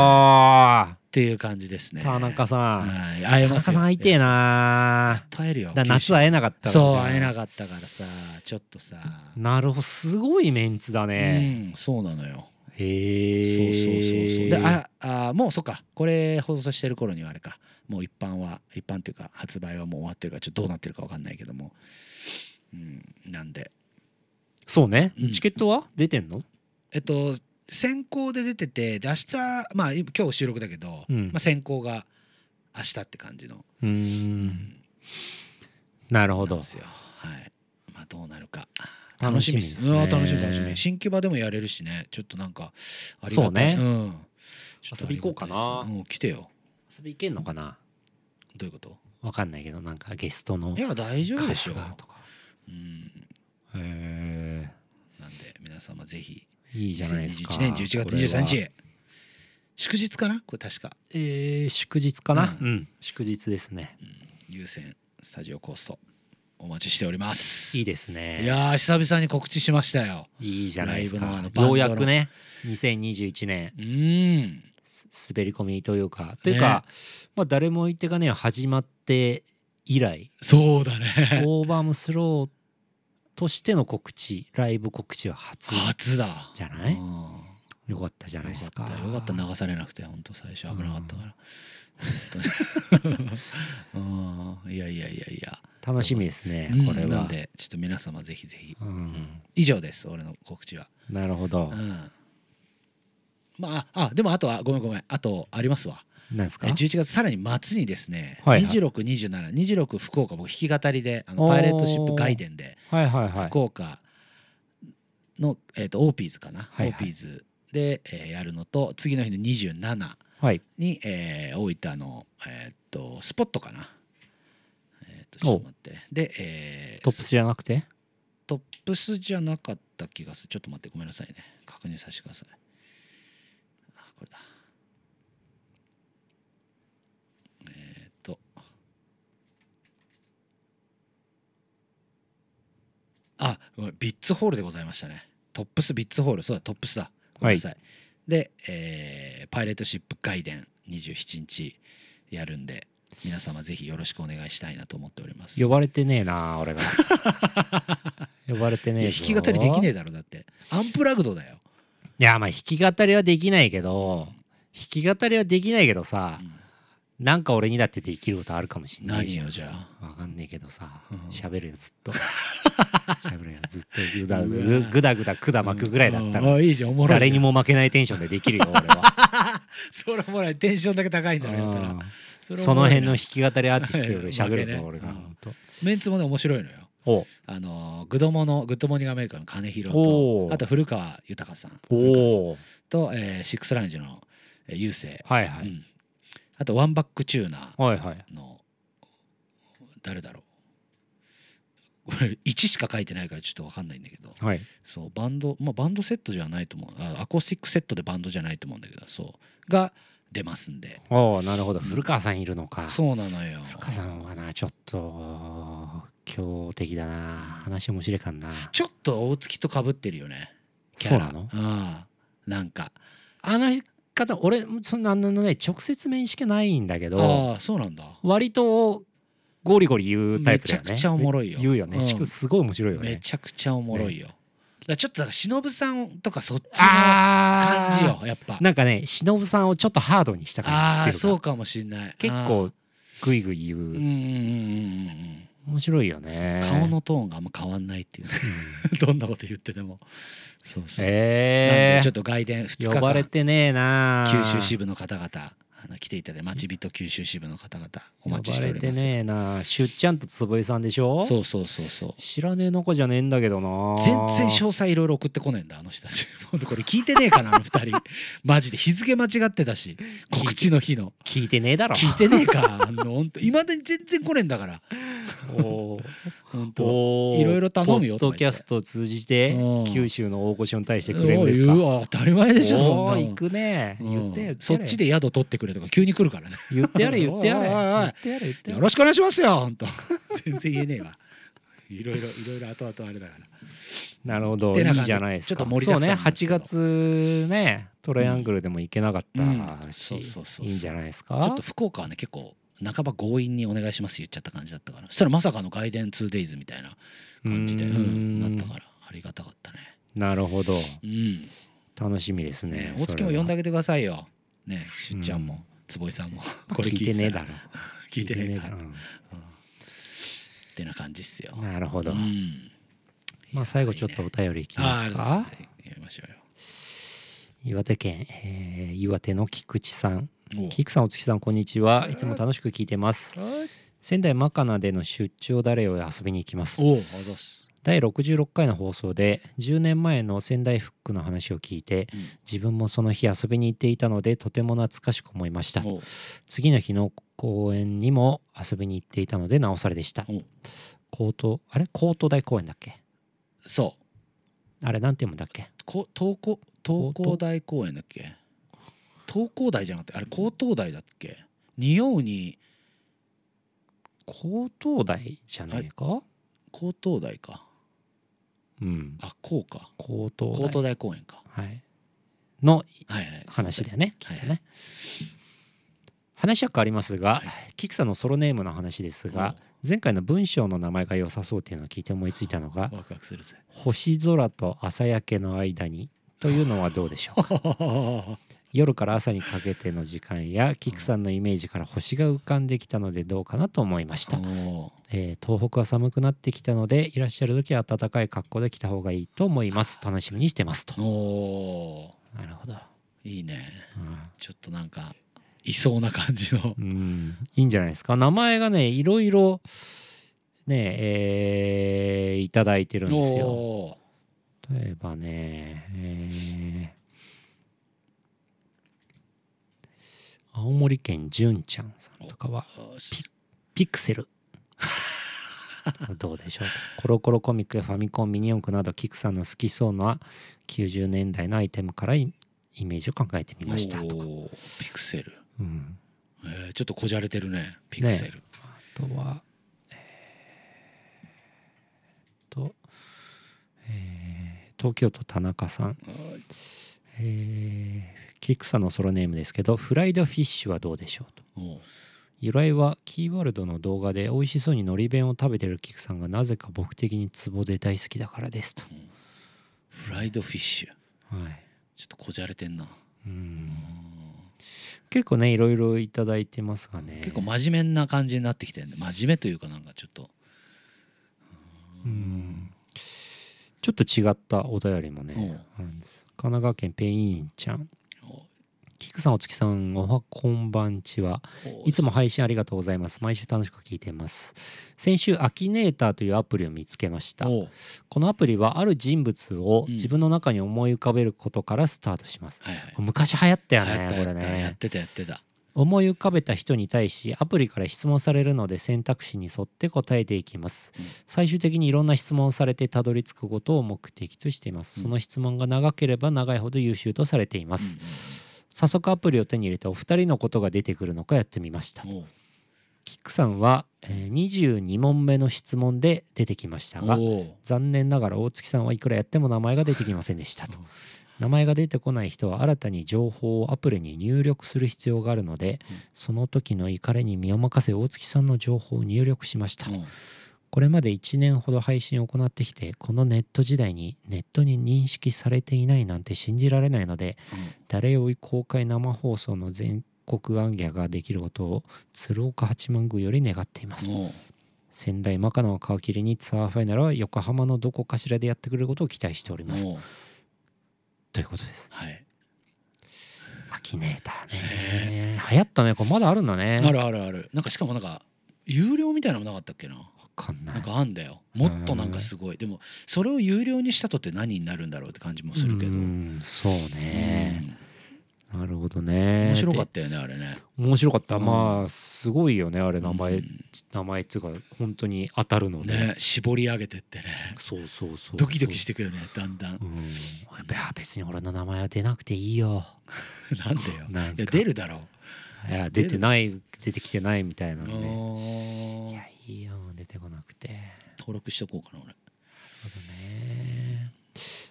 Speaker 1: おお
Speaker 2: ていう感じですね
Speaker 1: 田中さん。
Speaker 2: はい会え
Speaker 1: 田中
Speaker 2: ますよ
Speaker 1: さん会いてえ
Speaker 2: や
Speaker 1: な
Speaker 2: っ。と会えるよ
Speaker 1: だから夏会えなかった
Speaker 2: 九州
Speaker 1: からじゃ
Speaker 2: そ
Speaker 1: ん
Speaker 2: う会えなかったからさちょっとさ
Speaker 1: なるほどすごいメンツだね。
Speaker 2: うんそうなのよ
Speaker 1: へ
Speaker 2: そうそうそうそ
Speaker 1: え。
Speaker 2: うでああもうそっかこれ放送してる頃にはあれかもう一般は一般っていうか発売はもう終わってるからちょっとどうなってるかわかんないけどもうんなんで
Speaker 1: そうね
Speaker 2: うん。
Speaker 1: チケットは出てんの？
Speaker 2: えっと先行で出ててで明日まあ今日収録だけど、
Speaker 1: うん
Speaker 2: まあ、先行が明日って感じの
Speaker 1: うーん。なるほ
Speaker 2: なん
Speaker 1: ど
Speaker 2: で。すよはいまあどうなるか
Speaker 1: 楽しみですね
Speaker 2: 楽しみうん楽しみ楽しみ新木場でもやれるしねちょっとなんかありがたい
Speaker 1: そうね
Speaker 2: んちょっと
Speaker 1: 遊び行こうかな
Speaker 2: ありがたいですうん来てよ
Speaker 1: 遊び行けんのかな？
Speaker 2: どういうこと
Speaker 1: わかんないけどなんかゲストの
Speaker 2: いや大丈夫でしょ
Speaker 1: 歌手がとか。
Speaker 2: う
Speaker 1: へ
Speaker 2: ん
Speaker 1: え。
Speaker 2: なんで皆様ぜひ
Speaker 1: いいじゃないですか
Speaker 2: 2021年11
Speaker 1: こ
Speaker 2: 月23
Speaker 1: れは
Speaker 2: 日祝日かなこれ確か
Speaker 1: えー祝日かな
Speaker 2: う
Speaker 1: うん、祝日ですね
Speaker 2: 優先スタジオコーストお待ちしております
Speaker 1: いいですね
Speaker 2: いやー久々に告知しましたよ
Speaker 1: いいじゃないです
Speaker 2: ライブのあ
Speaker 1: か
Speaker 2: のバン
Speaker 1: よ
Speaker 2: ドの
Speaker 1: うやくね2021年
Speaker 2: うーん
Speaker 1: す滑り込みというかというか、まあ誰も言ってがね始まって以来
Speaker 2: そうだね
Speaker 1: オーバームスローとしての告知ライブ告知は初
Speaker 2: 初だ
Speaker 1: じゃない
Speaker 2: うん
Speaker 1: よかったじゃないですか
Speaker 2: よかったよかった流されなくて本当最初危なかったから、本当に うんいやいやいやいや
Speaker 1: 楽しみですね
Speaker 2: うん
Speaker 1: これは、うん、
Speaker 2: なんでちょっと皆様ぜひぜひ以上です俺の告知は
Speaker 1: なるほど
Speaker 2: うんまああでもあとはごめんごめんあとありますわ
Speaker 1: なんですか
Speaker 2: え11月さらに末にですね、
Speaker 1: はいはい
Speaker 2: 262726福岡僕弾き語りであの
Speaker 1: おー
Speaker 2: パイレットシップ外伝で
Speaker 1: はいはいはい
Speaker 2: 福岡の、えー、とオーピーズかな、
Speaker 1: はいはい
Speaker 2: オーピーズで、えーやるのと次の日の27
Speaker 1: はい
Speaker 2: に、えー、大分の、えー、とスポットかな、えー、とちょ
Speaker 1: お
Speaker 2: っと待ってで、えー
Speaker 1: トップスじゃなくて
Speaker 2: トップスじゃなかった気がするちょっと待ってごめんなさいね確認させてくださいあこれだえーっとあごめんビッツホールでございましたねトップスビッツホールそうだトップスだごめんなさい、で、えーパイレートシップ外伝27日やるんで皆様ぜひよろしくお願いしたいなと思っております
Speaker 1: 呼ばれてねえな 俺が呼ばれて
Speaker 2: い
Speaker 1: ね
Speaker 2: や
Speaker 1: え
Speaker 2: 弾き語りできね
Speaker 1: え
Speaker 2: えだろだってアンプラグドだよ、
Speaker 1: いやまあ弾き語りはできないけど弾き語りはできないけどさ、なんか俺にだってできることあるかもしんない
Speaker 2: 何
Speaker 1: じゃん
Speaker 2: よじゃあ
Speaker 1: わかんねえけどさ
Speaker 2: うん
Speaker 1: 喋るよずっ と喋るよずっとぐだ
Speaker 2: うわ
Speaker 1: ぐぐだぐだ管巻くぐらいだった
Speaker 2: うん
Speaker 1: ら
Speaker 2: あいいじゃんおもろいじゃん
Speaker 1: 誰にも負けないテンションでできるよ 俺は
Speaker 2: それおもろいテンションだけ高いんだろやった
Speaker 1: う
Speaker 2: ら
Speaker 1: ん
Speaker 2: それお
Speaker 1: そ
Speaker 2: も
Speaker 1: の
Speaker 2: ろいな
Speaker 1: 辺の弾き語りアーティストより喋る
Speaker 2: 負けね
Speaker 1: ぞ俺が
Speaker 2: うん
Speaker 1: ほんと
Speaker 2: メンツもね面白いのよ
Speaker 1: お
Speaker 2: あのグドモのグッドモーニングアメリカの金広と
Speaker 1: おー
Speaker 2: あと古川豊さん古川さん
Speaker 1: おー
Speaker 2: と、えーシックスラウンジのえー雄星、
Speaker 1: はいは
Speaker 2: う
Speaker 1: い
Speaker 2: んあとワンバックチューナ
Speaker 1: はいはい
Speaker 2: ーの誰だろうこれ1しか書いてないからちょっと分かんないんだけど
Speaker 1: はい
Speaker 2: そうバンドまあバンドセットじゃないと思うあアコースティックセットでバンドじゃないと思うんだけどそうが出ますんで
Speaker 1: おーなるほど古川さんいるのか
Speaker 2: そうなのよ
Speaker 1: 古川さんはなちょっと強敵だな話面白いかんな
Speaker 2: ちょっと大月とかぶってるよねキ
Speaker 1: そ
Speaker 2: ャ
Speaker 1: う
Speaker 2: ラ
Speaker 1: なの
Speaker 2: ああなんか
Speaker 1: あの方俺そんなあのね直接面識ないんだけど
Speaker 2: ああそうなんだ
Speaker 1: 割とゴリゴリ言うタイプだよね
Speaker 2: めちゃくちゃおもろいよ
Speaker 1: 言うよね、
Speaker 2: うん
Speaker 1: しかもすごい面白いよ
Speaker 2: め
Speaker 1: ね
Speaker 2: ちゃくちゃおもろいよ、だからちょっとだから忍さんとかそっちの
Speaker 1: あ
Speaker 2: 感じ
Speaker 1: ー
Speaker 2: よやっぱ
Speaker 1: なんかね忍さんをちょっとハードにした
Speaker 2: あ
Speaker 1: 感
Speaker 2: あ
Speaker 1: じして
Speaker 2: そ
Speaker 1: る
Speaker 2: うかもしんない
Speaker 1: から結構グイグイ言う、
Speaker 2: あーうんうんうんうんうん
Speaker 1: 面白いよね
Speaker 2: 顔のトーンがあんま変わんないっていう、ね、 どんなこと言っててもそうそうなん
Speaker 1: え
Speaker 2: でちょっ
Speaker 1: ー
Speaker 2: と外伝2日
Speaker 1: 呼ばれ
Speaker 2: 間
Speaker 1: てねえな
Speaker 2: 九州支部の方々あの来ていただいて町人九州支部の方々お待ちしており
Speaker 1: 呼ばれて
Speaker 2: ます。
Speaker 1: ねえなしゅっちゃんと坪井さんでしょ
Speaker 2: そうそうそうそう。
Speaker 1: 知らねえ中じゃねえんだけどな
Speaker 2: 全然詳細いろいろ送ってこねえんだあの人たち。 ほんとこれ聞いてねえかなあの二 人。マジで日付間違ってたし告知 の日の
Speaker 1: 聞いてねえだろ
Speaker 2: 聞いてねえかあの本当いまだに全然来ねえんだから
Speaker 1: おー
Speaker 2: 本当。
Speaker 1: おー
Speaker 2: いろいろ頼むよ
Speaker 1: ポッ
Speaker 2: と
Speaker 1: ド
Speaker 2: か
Speaker 1: キ
Speaker 2: 言
Speaker 1: ャ
Speaker 2: って
Speaker 1: ストを通じて
Speaker 2: うん
Speaker 1: 九州の大御所に対してクレー
Speaker 2: お
Speaker 1: ムです
Speaker 2: い
Speaker 1: か
Speaker 2: うわ当たり前でしょそん
Speaker 1: お
Speaker 2: なの
Speaker 1: ー行くね
Speaker 2: うん
Speaker 1: 言ってよ言ってやれ
Speaker 2: そっちで宿取ってくれとか急に来 るからね。
Speaker 1: 言ってやれ言ってやれ
Speaker 2: おいおいおい
Speaker 1: 言ってやれ言ってやれ
Speaker 2: よろしくお願いしますよ本当 全然言えねえわいろいろいろいろ後々あれだから
Speaker 1: なるほど
Speaker 2: て
Speaker 1: い
Speaker 2: な感じ
Speaker 1: いじゃないです
Speaker 2: ちょ
Speaker 1: か
Speaker 2: っと盛り
Speaker 1: そ
Speaker 2: だ
Speaker 1: う
Speaker 2: くさん
Speaker 1: ね
Speaker 2: なんですけ
Speaker 1: 8
Speaker 2: ど
Speaker 1: 月ねトライアングルでも行けなかったし
Speaker 2: うんうんそうそうそうそう
Speaker 1: いいんじゃないです
Speaker 2: ちょっ
Speaker 1: か
Speaker 2: と福岡はね結構半ば強引にお願いします言っちゃった感じだったからそしたらまさかの外伝 2days みたいな感じで、
Speaker 1: う
Speaker 2: う
Speaker 1: ー
Speaker 2: ん
Speaker 1: ん
Speaker 2: なったからありがたかったね
Speaker 1: なるほど
Speaker 2: うん
Speaker 1: 楽しみですね
Speaker 2: ね大月も呼んであげてくださいよねし
Speaker 1: うん
Speaker 2: ゅっちゃんも坪井さんも
Speaker 1: これ聞いてねえだろ
Speaker 2: 聞いてねえ
Speaker 1: 聞
Speaker 2: か
Speaker 1: い
Speaker 2: らって
Speaker 1: ね
Speaker 2: てな感じっすよ
Speaker 1: えだろなるほ
Speaker 2: う
Speaker 1: ど
Speaker 2: ん
Speaker 1: まあ最後ちょっとお便りいきま
Speaker 2: あーあ
Speaker 1: す
Speaker 2: りがとうござい
Speaker 1: か
Speaker 2: ますやりましょう
Speaker 1: 岩手県、えー岩手の菊池さん
Speaker 2: よ
Speaker 1: 菊さんお月さんこんにちはいつも楽しく聞いてます仙台マカナでの出張だれよ遊びに行きます
Speaker 2: おおあざっす
Speaker 1: 第66回の放送で10年前の仙台フックの話を聞いて
Speaker 2: うん
Speaker 1: 自分もその日遊びに行っていたのでとても懐かしく思いました
Speaker 2: おう
Speaker 1: 次の日の公園にも遊びに行っていたのでなおさらでした
Speaker 2: おう
Speaker 1: 高等あれ高等大公園だっけ
Speaker 2: そ
Speaker 1: あれなんて読むんだっけ
Speaker 2: こ東高東工大公園だっけ東工大じゃなくてあれ高等大だっけ仁王に
Speaker 1: 高等大じゃないか
Speaker 2: 高等大か
Speaker 1: うん
Speaker 2: あこうか
Speaker 1: 高等大
Speaker 2: 高等大公園か
Speaker 1: はいの
Speaker 2: はいはい
Speaker 1: 話だ
Speaker 2: よ
Speaker 1: よねき
Speaker 2: はい
Speaker 1: っとね話は変わりますが、キクさんのソロネームの話ですが前回の文章の名前が良さそうっていうのを聞いて思いついたのが
Speaker 2: ワクワクするぜ
Speaker 1: 「星空と朝焼けの間に」というのはどう でしょう夜から朝にかけての時間やキクさんのイメージから星が浮かんできたのでどうかなと思いました、
Speaker 2: おー
Speaker 1: えー東北は寒くなってきたのでいらっしゃる時は暖かい格好で来た方がいいと思います楽しみにしてますと
Speaker 2: お
Speaker 1: なるほど、
Speaker 2: ーいいね
Speaker 1: うん
Speaker 2: ちょっとなんかいそうな感じの
Speaker 1: うん、いいんじゃないですか名前がねいろいろねえーいただいてるんですよ
Speaker 2: おー
Speaker 1: 例えばね、えー青森県じゅんちゃんさんとかは
Speaker 2: あし
Speaker 1: ピクセルどうでしょうコロコロコミックやファミコンミニ四駆などキクさんの好きそうな90年代のアイテムからイイメージを考えてみましたとか、
Speaker 2: おーピクセル、
Speaker 1: うん、
Speaker 2: えーちょっとこじゃれてるねピクセル、
Speaker 1: あとはえー、と、えー東京都田中さん、えー、キクさんのソロネームですけどフライドフィッシュはどうでしょうと
Speaker 2: おー
Speaker 1: 由来はキーワールドの動画で美味しそうに海苔弁を食べてるキクさんがなぜか僕的にツボで大好きだからですと、
Speaker 2: フライドフィッシュ
Speaker 1: はい、
Speaker 2: ちょっとこじゃれてんな、
Speaker 1: うん
Speaker 2: うん
Speaker 1: 結構ねいろいろいただいてますがね
Speaker 2: 結構真面目な感じになってきてるね真面目というかなんかちょっと
Speaker 1: うんちょっと違ったお便りもね、あるんです神奈川県ペインちゃん菊さんお月さんおはこんばんちは
Speaker 2: お
Speaker 1: いつも配信ありがとうございます毎週楽しく聞いています先週アキネーターというアプリを見つけました
Speaker 2: おう
Speaker 1: このアプリはある人物を
Speaker 2: うん
Speaker 1: 自分の中に思い浮かべることからスタートします、
Speaker 2: はいはい
Speaker 1: 昔流行ったよ
Speaker 2: や
Speaker 1: ね
Speaker 2: った
Speaker 1: こ
Speaker 2: や
Speaker 1: れ
Speaker 2: ったやっ
Speaker 1: ね
Speaker 2: てたやってた
Speaker 1: 思い浮かべた人に対しアプリから質問されるので選択肢に沿って答えていきます、
Speaker 2: うん
Speaker 1: 最終的にいろんな質問をされてたどり着くことを目的としています、
Speaker 2: うん
Speaker 1: その質問が長ければ長いほど優秀とされています、早速アプリを手に入れてお二人のことが出てくるのかやってみました
Speaker 2: うんうんうん
Speaker 1: キックさんは、えー22問目の質問で出てきましたが
Speaker 2: おう
Speaker 1: 残念ながら大月さんはいくらやっても名前が出てきませんでしたと
Speaker 2: うん
Speaker 1: 名前が出てこない人は新たに情報をアプリに入力する必要があるので、
Speaker 2: うん
Speaker 1: その時の怒りに身を任せ大月さんの情報を入力しました、
Speaker 2: うん
Speaker 1: これまで1年ほど配信を行ってきてこのネット時代にネットに認識されていないなんて信じられないので誰より公開生放送の全国アンギャができることを鶴岡八幡宮より願っています、
Speaker 2: うんおう
Speaker 1: 仙台マカナを皮切りにツアーファイナルは横浜のどこかしらでやってくれることを期待しております
Speaker 2: おう
Speaker 1: ということです
Speaker 2: はい
Speaker 1: アキネーターね流行ったねこれまだあるんだね
Speaker 2: あるあるあるなんかしかもなんか有料みたいなのもなかったっけな
Speaker 1: わかんない
Speaker 2: なんかあんだよもっとなんかすごいでもそれを有料にしたとって何になるんだろうって感じもするけど、
Speaker 1: うんそうね、なるほどね
Speaker 2: 面白かったたよねあれね
Speaker 1: 面白かった、
Speaker 2: うん
Speaker 1: まあすごいよねあれ名前、
Speaker 2: うん
Speaker 1: 名前っていうか本当に当たるので、
Speaker 2: ね絞り上げてってね
Speaker 1: そうそうそう
Speaker 2: ドキドキしてくよねだんだ
Speaker 1: う
Speaker 2: ん
Speaker 1: ん、いや別に俺の名前は出なくていいよ。
Speaker 2: なんだよ
Speaker 1: なん
Speaker 2: い
Speaker 1: か
Speaker 2: や出るだろ
Speaker 1: いや出てない出てきてないみたいな
Speaker 2: う、
Speaker 1: のね。
Speaker 2: あー
Speaker 1: いやいいよ出てこなくて。なる
Speaker 2: 登録しとこうかな俺
Speaker 1: ほどね。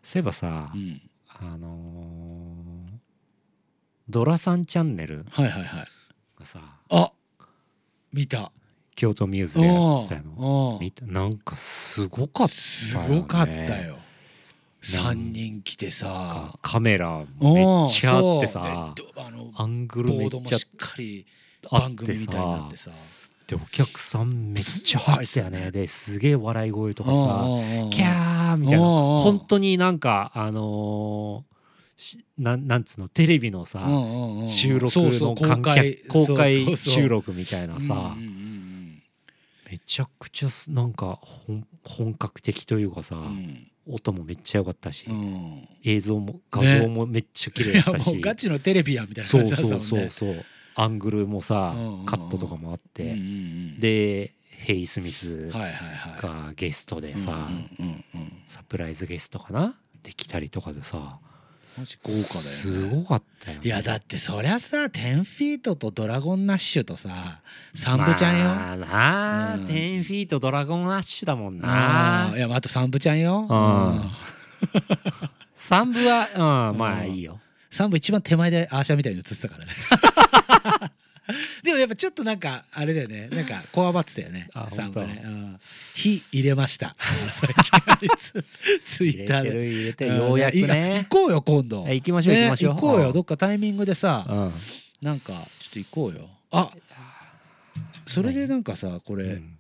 Speaker 1: そういえばさ、
Speaker 2: うん
Speaker 1: あのードラさんチャンネル
Speaker 2: はいはいはい
Speaker 1: がさ
Speaker 2: あ見た
Speaker 1: 京都ミューズ
Speaker 2: うん
Speaker 1: でやってたの。
Speaker 2: うん
Speaker 1: 見たなんかすごかったよね。
Speaker 2: すごかったよ3人来て
Speaker 1: なんか
Speaker 2: さ
Speaker 1: カメラもめっちゃあって
Speaker 2: うん
Speaker 1: さ
Speaker 2: そうであの
Speaker 1: アングル
Speaker 2: ボ
Speaker 1: め
Speaker 2: ー
Speaker 1: っ
Speaker 2: ドも
Speaker 1: ちゃ
Speaker 2: しっかり
Speaker 1: あっ
Speaker 2: 番
Speaker 1: て
Speaker 2: 組みたいにな
Speaker 1: さ
Speaker 2: ってさ
Speaker 1: でお客さんめっちゃ入ってたよねですげえ笑い声とか
Speaker 2: うん
Speaker 1: さ
Speaker 2: うんう
Speaker 1: 「
Speaker 2: ん
Speaker 1: キャー」みたいな
Speaker 2: うんうん
Speaker 1: 本当になんかあのーしなんなんつうのテレビの
Speaker 2: う
Speaker 1: さ
Speaker 2: んうんうん
Speaker 1: 収録
Speaker 2: そうそ
Speaker 1: の
Speaker 2: う
Speaker 1: 観客
Speaker 2: 公
Speaker 1: 公
Speaker 2: 開
Speaker 1: 開
Speaker 2: そうそうそう
Speaker 1: 収録みたいなさ
Speaker 2: うんうんうん
Speaker 1: めちゃくちゃすなんか本本格的というかさ
Speaker 2: うん
Speaker 1: 音もめっちゃ良かったし
Speaker 2: うん
Speaker 1: 映像も画
Speaker 2: ね
Speaker 1: 像もめっちゃ綺
Speaker 2: い
Speaker 1: 麗
Speaker 2: や
Speaker 1: だった
Speaker 2: もう
Speaker 1: し
Speaker 2: ガチのテレビやみたいな
Speaker 1: そ
Speaker 2: 感
Speaker 1: う
Speaker 2: じだった
Speaker 1: そ
Speaker 2: もん
Speaker 1: う
Speaker 2: ね
Speaker 1: そうそうアングルもさ
Speaker 2: うんうんうん
Speaker 1: カットとかもあっ
Speaker 2: うんう
Speaker 1: て
Speaker 2: んうん
Speaker 1: でヘイ・スミス
Speaker 2: はいはいはい
Speaker 1: がゲストでさ
Speaker 2: うんうんうんうん
Speaker 1: サプライズゲストかなってきたりとかでさ
Speaker 2: マジ豪華だよ、ね、
Speaker 1: すごかったよね
Speaker 2: いやだってそりゃさ10フィートとドラゴンナッシュとさサンブちゃんよ、
Speaker 1: まあなあ、
Speaker 2: うん
Speaker 1: 10フィートドラゴンアッシュだもんな
Speaker 2: あーいやまああとサンブちゃんよ、
Speaker 1: うん
Speaker 2: うん
Speaker 1: 3部はうんまあ
Speaker 2: うん
Speaker 1: いいよ
Speaker 2: サンブ一番手前でアーシャみたいに映ってたからね でもやっぱちょっとなんかあれだよねなんかこわばってたよね
Speaker 1: あ
Speaker 2: サンブね
Speaker 1: 本、
Speaker 2: うん火入れました最近あれ ツツイ
Speaker 1: 入
Speaker 2: ッ
Speaker 1: れて
Speaker 2: ターで
Speaker 1: る入れてるようやく
Speaker 2: い行
Speaker 1: ね
Speaker 2: こうよ今度、
Speaker 1: え行きましょう行きましょう
Speaker 2: ね行こう
Speaker 1: うん
Speaker 2: よどっかタイミングでさ
Speaker 1: うん
Speaker 2: なんかちょっと行こうよあそれでなんかさこれ、
Speaker 1: うん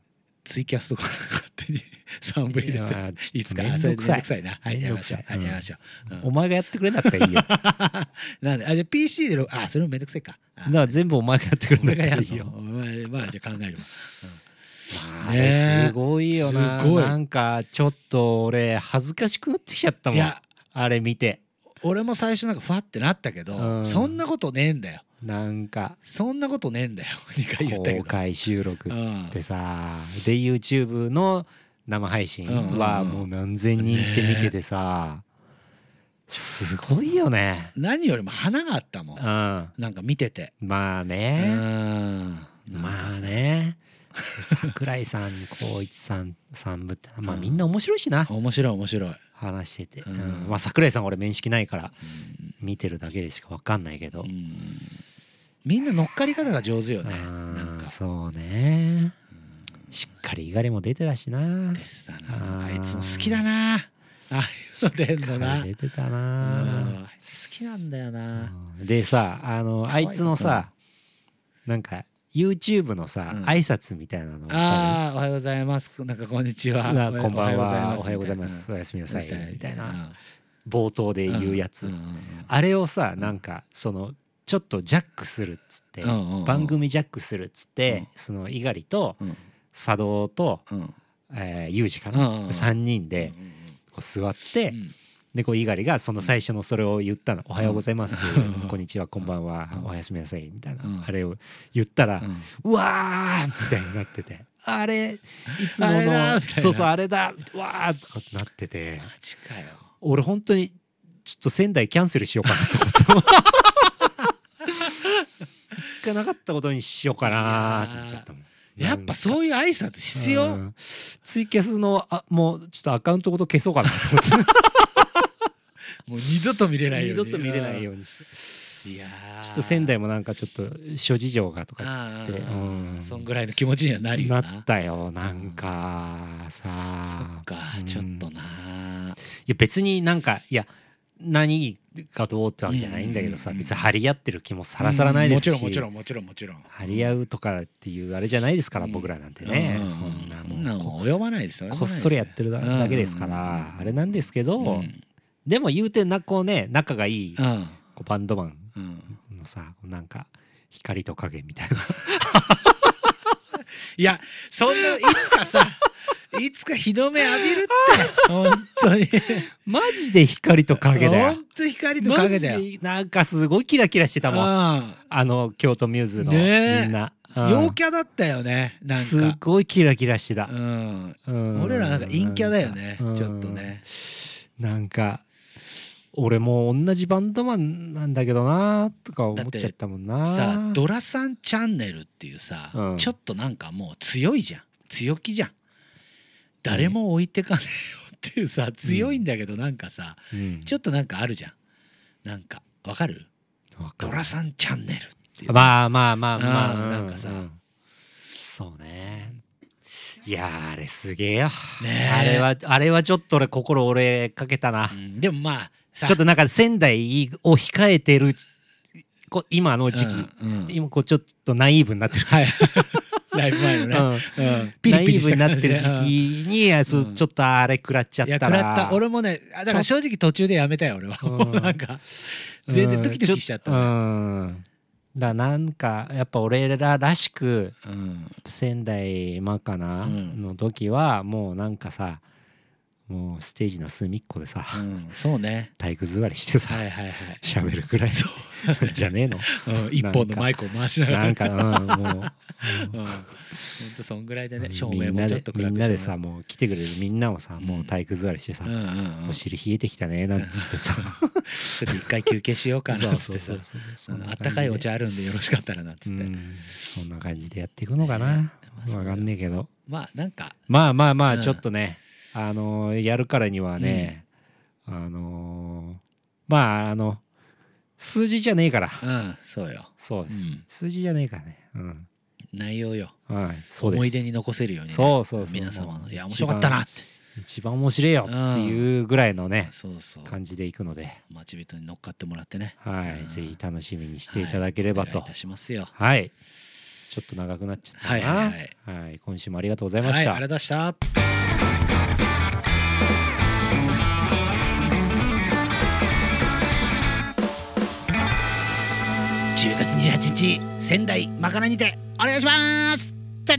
Speaker 2: ツイキャスとか勝手に サンブ入
Speaker 1: い
Speaker 2: れて
Speaker 1: や
Speaker 2: いつか
Speaker 1: めん
Speaker 2: それ
Speaker 1: どく
Speaker 2: めん
Speaker 1: さ
Speaker 2: ど
Speaker 1: い
Speaker 2: くさいなはい
Speaker 1: めん
Speaker 2: やり
Speaker 1: ど
Speaker 2: ま
Speaker 1: く
Speaker 2: しょ
Speaker 1: さいう
Speaker 2: はいやりましょううん
Speaker 1: お前がやってくれなったらいい よだか
Speaker 2: なんであじゃあ PC でろあそれもめんどくせえかあ
Speaker 1: ら全部お前がやってくれな
Speaker 2: 俺
Speaker 1: った
Speaker 2: がや
Speaker 1: らい
Speaker 2: る
Speaker 1: い
Speaker 2: よ
Speaker 1: よ
Speaker 2: まあまあじゃあ考えるわ
Speaker 1: まあ
Speaker 2: ねえ
Speaker 1: すごいよな
Speaker 2: すごい
Speaker 1: なんかちょっと俺恥ずかしくなってきちゃった
Speaker 2: い
Speaker 1: もん
Speaker 2: や
Speaker 1: あれ見て
Speaker 2: 俺も最初なんかファってなったけ
Speaker 1: う
Speaker 2: ど
Speaker 1: ん
Speaker 2: そんなことねえんだよ
Speaker 1: なんか
Speaker 2: そんなことねえんだよ2 回言ったけ
Speaker 1: 公
Speaker 2: ど
Speaker 1: 開収録っつってさで YouTube の生配信は
Speaker 2: うんうんうん
Speaker 1: もう何千人って見ててさすごいよね
Speaker 2: 何よりも花があったも
Speaker 1: うんん
Speaker 2: なんか見てて
Speaker 1: まあ
Speaker 2: う
Speaker 1: ね
Speaker 2: ん
Speaker 1: まあね桜井さん光一さん三部ってまあ
Speaker 2: うん
Speaker 1: みんな面白いしな
Speaker 2: 面白い面白い
Speaker 1: 話してて、
Speaker 2: うん
Speaker 1: うんまあ桜井さん俺面識ないから見てるだけでしかわかんないけど、
Speaker 2: うんみんな乗っかり方が上手よね
Speaker 1: あ
Speaker 2: なん
Speaker 1: ー
Speaker 2: か
Speaker 1: そうねしっかりいがれも出てたしな
Speaker 2: ですだな
Speaker 1: あ
Speaker 2: あ
Speaker 1: ー
Speaker 2: いつも好きだなああいうの出んのな
Speaker 1: 出てた
Speaker 2: う
Speaker 1: なん
Speaker 2: あいつ好きなんだよな
Speaker 1: うんでさあのあいつのさなんか YouTube のさ、
Speaker 2: うん
Speaker 1: 挨拶みたいなのわかる
Speaker 2: ああおはようございますなんかこんにちは
Speaker 1: なこんばんはお
Speaker 2: お
Speaker 1: はよ
Speaker 2: はよ
Speaker 1: うご
Speaker 2: うご
Speaker 1: ざ
Speaker 2: ざ
Speaker 1: い
Speaker 2: い
Speaker 1: ま
Speaker 2: ますす
Speaker 1: おやすみなさいみたいな
Speaker 2: っ
Speaker 1: 冒頭で
Speaker 2: て
Speaker 1: 言うやつ、
Speaker 2: ん
Speaker 1: あれをさなんかそのちょっとジャックするっつって、番組ジャックするっつって、
Speaker 2: うん
Speaker 1: その猪狩と
Speaker 2: うん
Speaker 1: 佐藤と、
Speaker 2: うん
Speaker 1: えー、ユージかな、
Speaker 2: うんうんうん
Speaker 1: 3人で
Speaker 2: うん
Speaker 1: こう座って、
Speaker 2: うん
Speaker 1: でこう猪狩がその最初のそれを言ったの「おはようございます」
Speaker 2: うん
Speaker 1: こんにちはこんばんは
Speaker 2: う」ん
Speaker 1: おやすみなさい」みたいな、
Speaker 2: うん
Speaker 1: あれを言ったら「う
Speaker 2: うん
Speaker 1: わー!」みたいになってて「あれいつも
Speaker 2: あれ
Speaker 1: の
Speaker 2: だみたいな
Speaker 1: そうそうあれだ!」わーとかなってて
Speaker 2: マジかよ
Speaker 1: 俺本当にちょっと仙台キャンセルしようかなと思って。一回なかったことにしようかなと思っちゃったもん。
Speaker 2: やっぱそういう挨拶必
Speaker 1: う
Speaker 2: 要
Speaker 1: んツイキャスのあもうちょっとアカウントごと消そうかなと思って
Speaker 2: もう二度と見れない
Speaker 1: 二
Speaker 2: ように
Speaker 1: 度と見れないようにして
Speaker 2: いやー
Speaker 1: ちょっと仙台もなんかちょっと諸事情がとかっつ
Speaker 2: あ
Speaker 1: っ
Speaker 2: ー
Speaker 1: て、うん
Speaker 2: そんぐらいの気持ちにはなる
Speaker 1: な
Speaker 2: よな
Speaker 1: ったよなんかさ
Speaker 2: そっか
Speaker 1: うん
Speaker 2: ちょっとない
Speaker 1: や別になんかいや何がどうってわけじゃないんだけどさ、
Speaker 2: うんうんうん
Speaker 1: 別に張り合ってる気もさらさらないですし、
Speaker 2: うんもちろんもちろんもちろんもちろん
Speaker 1: 張り合うとかっていうあれじゃないですから、
Speaker 2: うん
Speaker 1: 僕らなんてね、
Speaker 2: う
Speaker 1: そんなもう
Speaker 2: もう及ばないですよ
Speaker 1: こっそりやってるだだけですから、あれなんですけど、でも言うてなこうね仲がいい、
Speaker 2: うんうん
Speaker 1: こうバンドマン
Speaker 2: うん
Speaker 1: のさなんか光と影みたいな
Speaker 2: いやそんないつかさ いつか日の目浴びるって本当に
Speaker 1: マジで光と影だよ
Speaker 2: 本当光と影だ
Speaker 1: マ
Speaker 2: よ
Speaker 1: ジでなんかすごいキラキラしてたもんあ
Speaker 2: う
Speaker 1: の京都ミューズのみ
Speaker 2: ねえ
Speaker 1: んな、
Speaker 2: ん
Speaker 1: うん
Speaker 2: 陽キャだったよねなん
Speaker 1: すっ
Speaker 2: か
Speaker 1: ごいキラキラしてた
Speaker 2: う、ん
Speaker 1: うん
Speaker 2: 俺らなんか陰キャだよね
Speaker 1: なんか
Speaker 2: ちょっとね
Speaker 1: うんなんか俺もう同じバンドマンなんだけどなとか思っちゃったもんな
Speaker 2: さドラさんチャンネルっていうさ
Speaker 1: うん
Speaker 2: ちょっとなんかもう強いじゃん強気じゃん誰も置いてかねえよっていうさ強いんだけどなんかさ
Speaker 1: うん
Speaker 2: ちょっとなんかあるじゃんなんかわかる
Speaker 1: わか
Speaker 2: ド
Speaker 1: る
Speaker 2: ラさんチャンネルっていう
Speaker 1: まあまあまあまあ、
Speaker 2: うん
Speaker 1: う
Speaker 2: なんかさ
Speaker 1: そうねいやーあれすげえよ
Speaker 2: ねえ
Speaker 1: あれはあれはちょっと俺心折れかけたな、
Speaker 2: うんでもまあさ
Speaker 1: ちょっとなんか仙台を控えてるこ今の時期、
Speaker 2: うんうん
Speaker 1: 今こうちょっとナイーブになってる、
Speaker 2: はい ライブ前のね、
Speaker 1: うん
Speaker 2: うん
Speaker 1: ナイーブになってる時
Speaker 2: 期
Speaker 1: 期に、あそう
Speaker 2: うん
Speaker 1: ちょっとあれ食らっちゃっ
Speaker 2: いや
Speaker 1: た
Speaker 2: 食らった俺
Speaker 1: も
Speaker 2: もねあだから正直途中でやめたよ俺は、
Speaker 1: うん
Speaker 2: もうなんか全然ドキドキしちゃったね
Speaker 1: うんだからなんかやっぱ俺ららしく
Speaker 2: うん
Speaker 1: 仙台マカナ
Speaker 2: うん
Speaker 1: の時はもうなんかさ、もうステージの隅っこでさ、
Speaker 2: うん、そうね
Speaker 1: 体育座りしてさ
Speaker 2: はいはいはい
Speaker 1: 喋、るくらい
Speaker 2: そ
Speaker 1: じゃねえの
Speaker 2: うん一本のマイクを回しながら
Speaker 1: なんか、うん、もう
Speaker 2: うん、ほんとそんぐらいでね照
Speaker 1: み
Speaker 2: 明
Speaker 1: ん
Speaker 2: も
Speaker 1: な
Speaker 2: ちょっ
Speaker 1: で
Speaker 2: と暗く
Speaker 1: みんなでさ
Speaker 2: して
Speaker 1: もう来てくれるみんなもさ、もう体育座りしてさ、
Speaker 2: もらううんうんうん
Speaker 1: お尻冷えてきたねなんつって さ
Speaker 2: ちょっと一回休憩しようかなっつっ
Speaker 1: そう
Speaker 2: てさ
Speaker 1: そうそうそう
Speaker 2: うんあったかいお茶あるんでよろしかったらなっつ
Speaker 1: う
Speaker 2: って、
Speaker 1: んそんな感じでやっていくのかな、
Speaker 2: ね
Speaker 1: わかんねえけど
Speaker 2: まあなんか
Speaker 1: まあまあま
Speaker 2: う
Speaker 1: あ
Speaker 2: ん
Speaker 1: ちょっとね、あのーやるからにはね、あのーまああの数字じゃねえから、
Speaker 2: うんそうよ、
Speaker 1: そう
Speaker 2: う
Speaker 1: です、
Speaker 2: ん、
Speaker 1: 数字じゃねえからねうん
Speaker 2: 内容よ
Speaker 1: はいそうです
Speaker 2: 思い出に残せるように、ね、
Speaker 1: そうそうそう
Speaker 2: 皆様のいや面
Speaker 1: 一
Speaker 2: 白
Speaker 1: 番
Speaker 2: かったなって
Speaker 1: 一番面白いよっていうぐらいのね、
Speaker 2: そうそう
Speaker 1: 感じでいくので
Speaker 2: 町人に乗っかってもらってね
Speaker 1: はい、
Speaker 2: うん
Speaker 1: ぜひ楽しみにしていただければ
Speaker 2: お
Speaker 1: と
Speaker 2: 願いいたしますよ
Speaker 1: はい。ちょっと長くなっちゃったな。
Speaker 2: はいはい
Speaker 1: はい。今週もありがとうございま
Speaker 2: は
Speaker 1: し
Speaker 2: い
Speaker 1: た。
Speaker 2: ありがとうございました10月28日仙台まかなにてお願いしますぜっ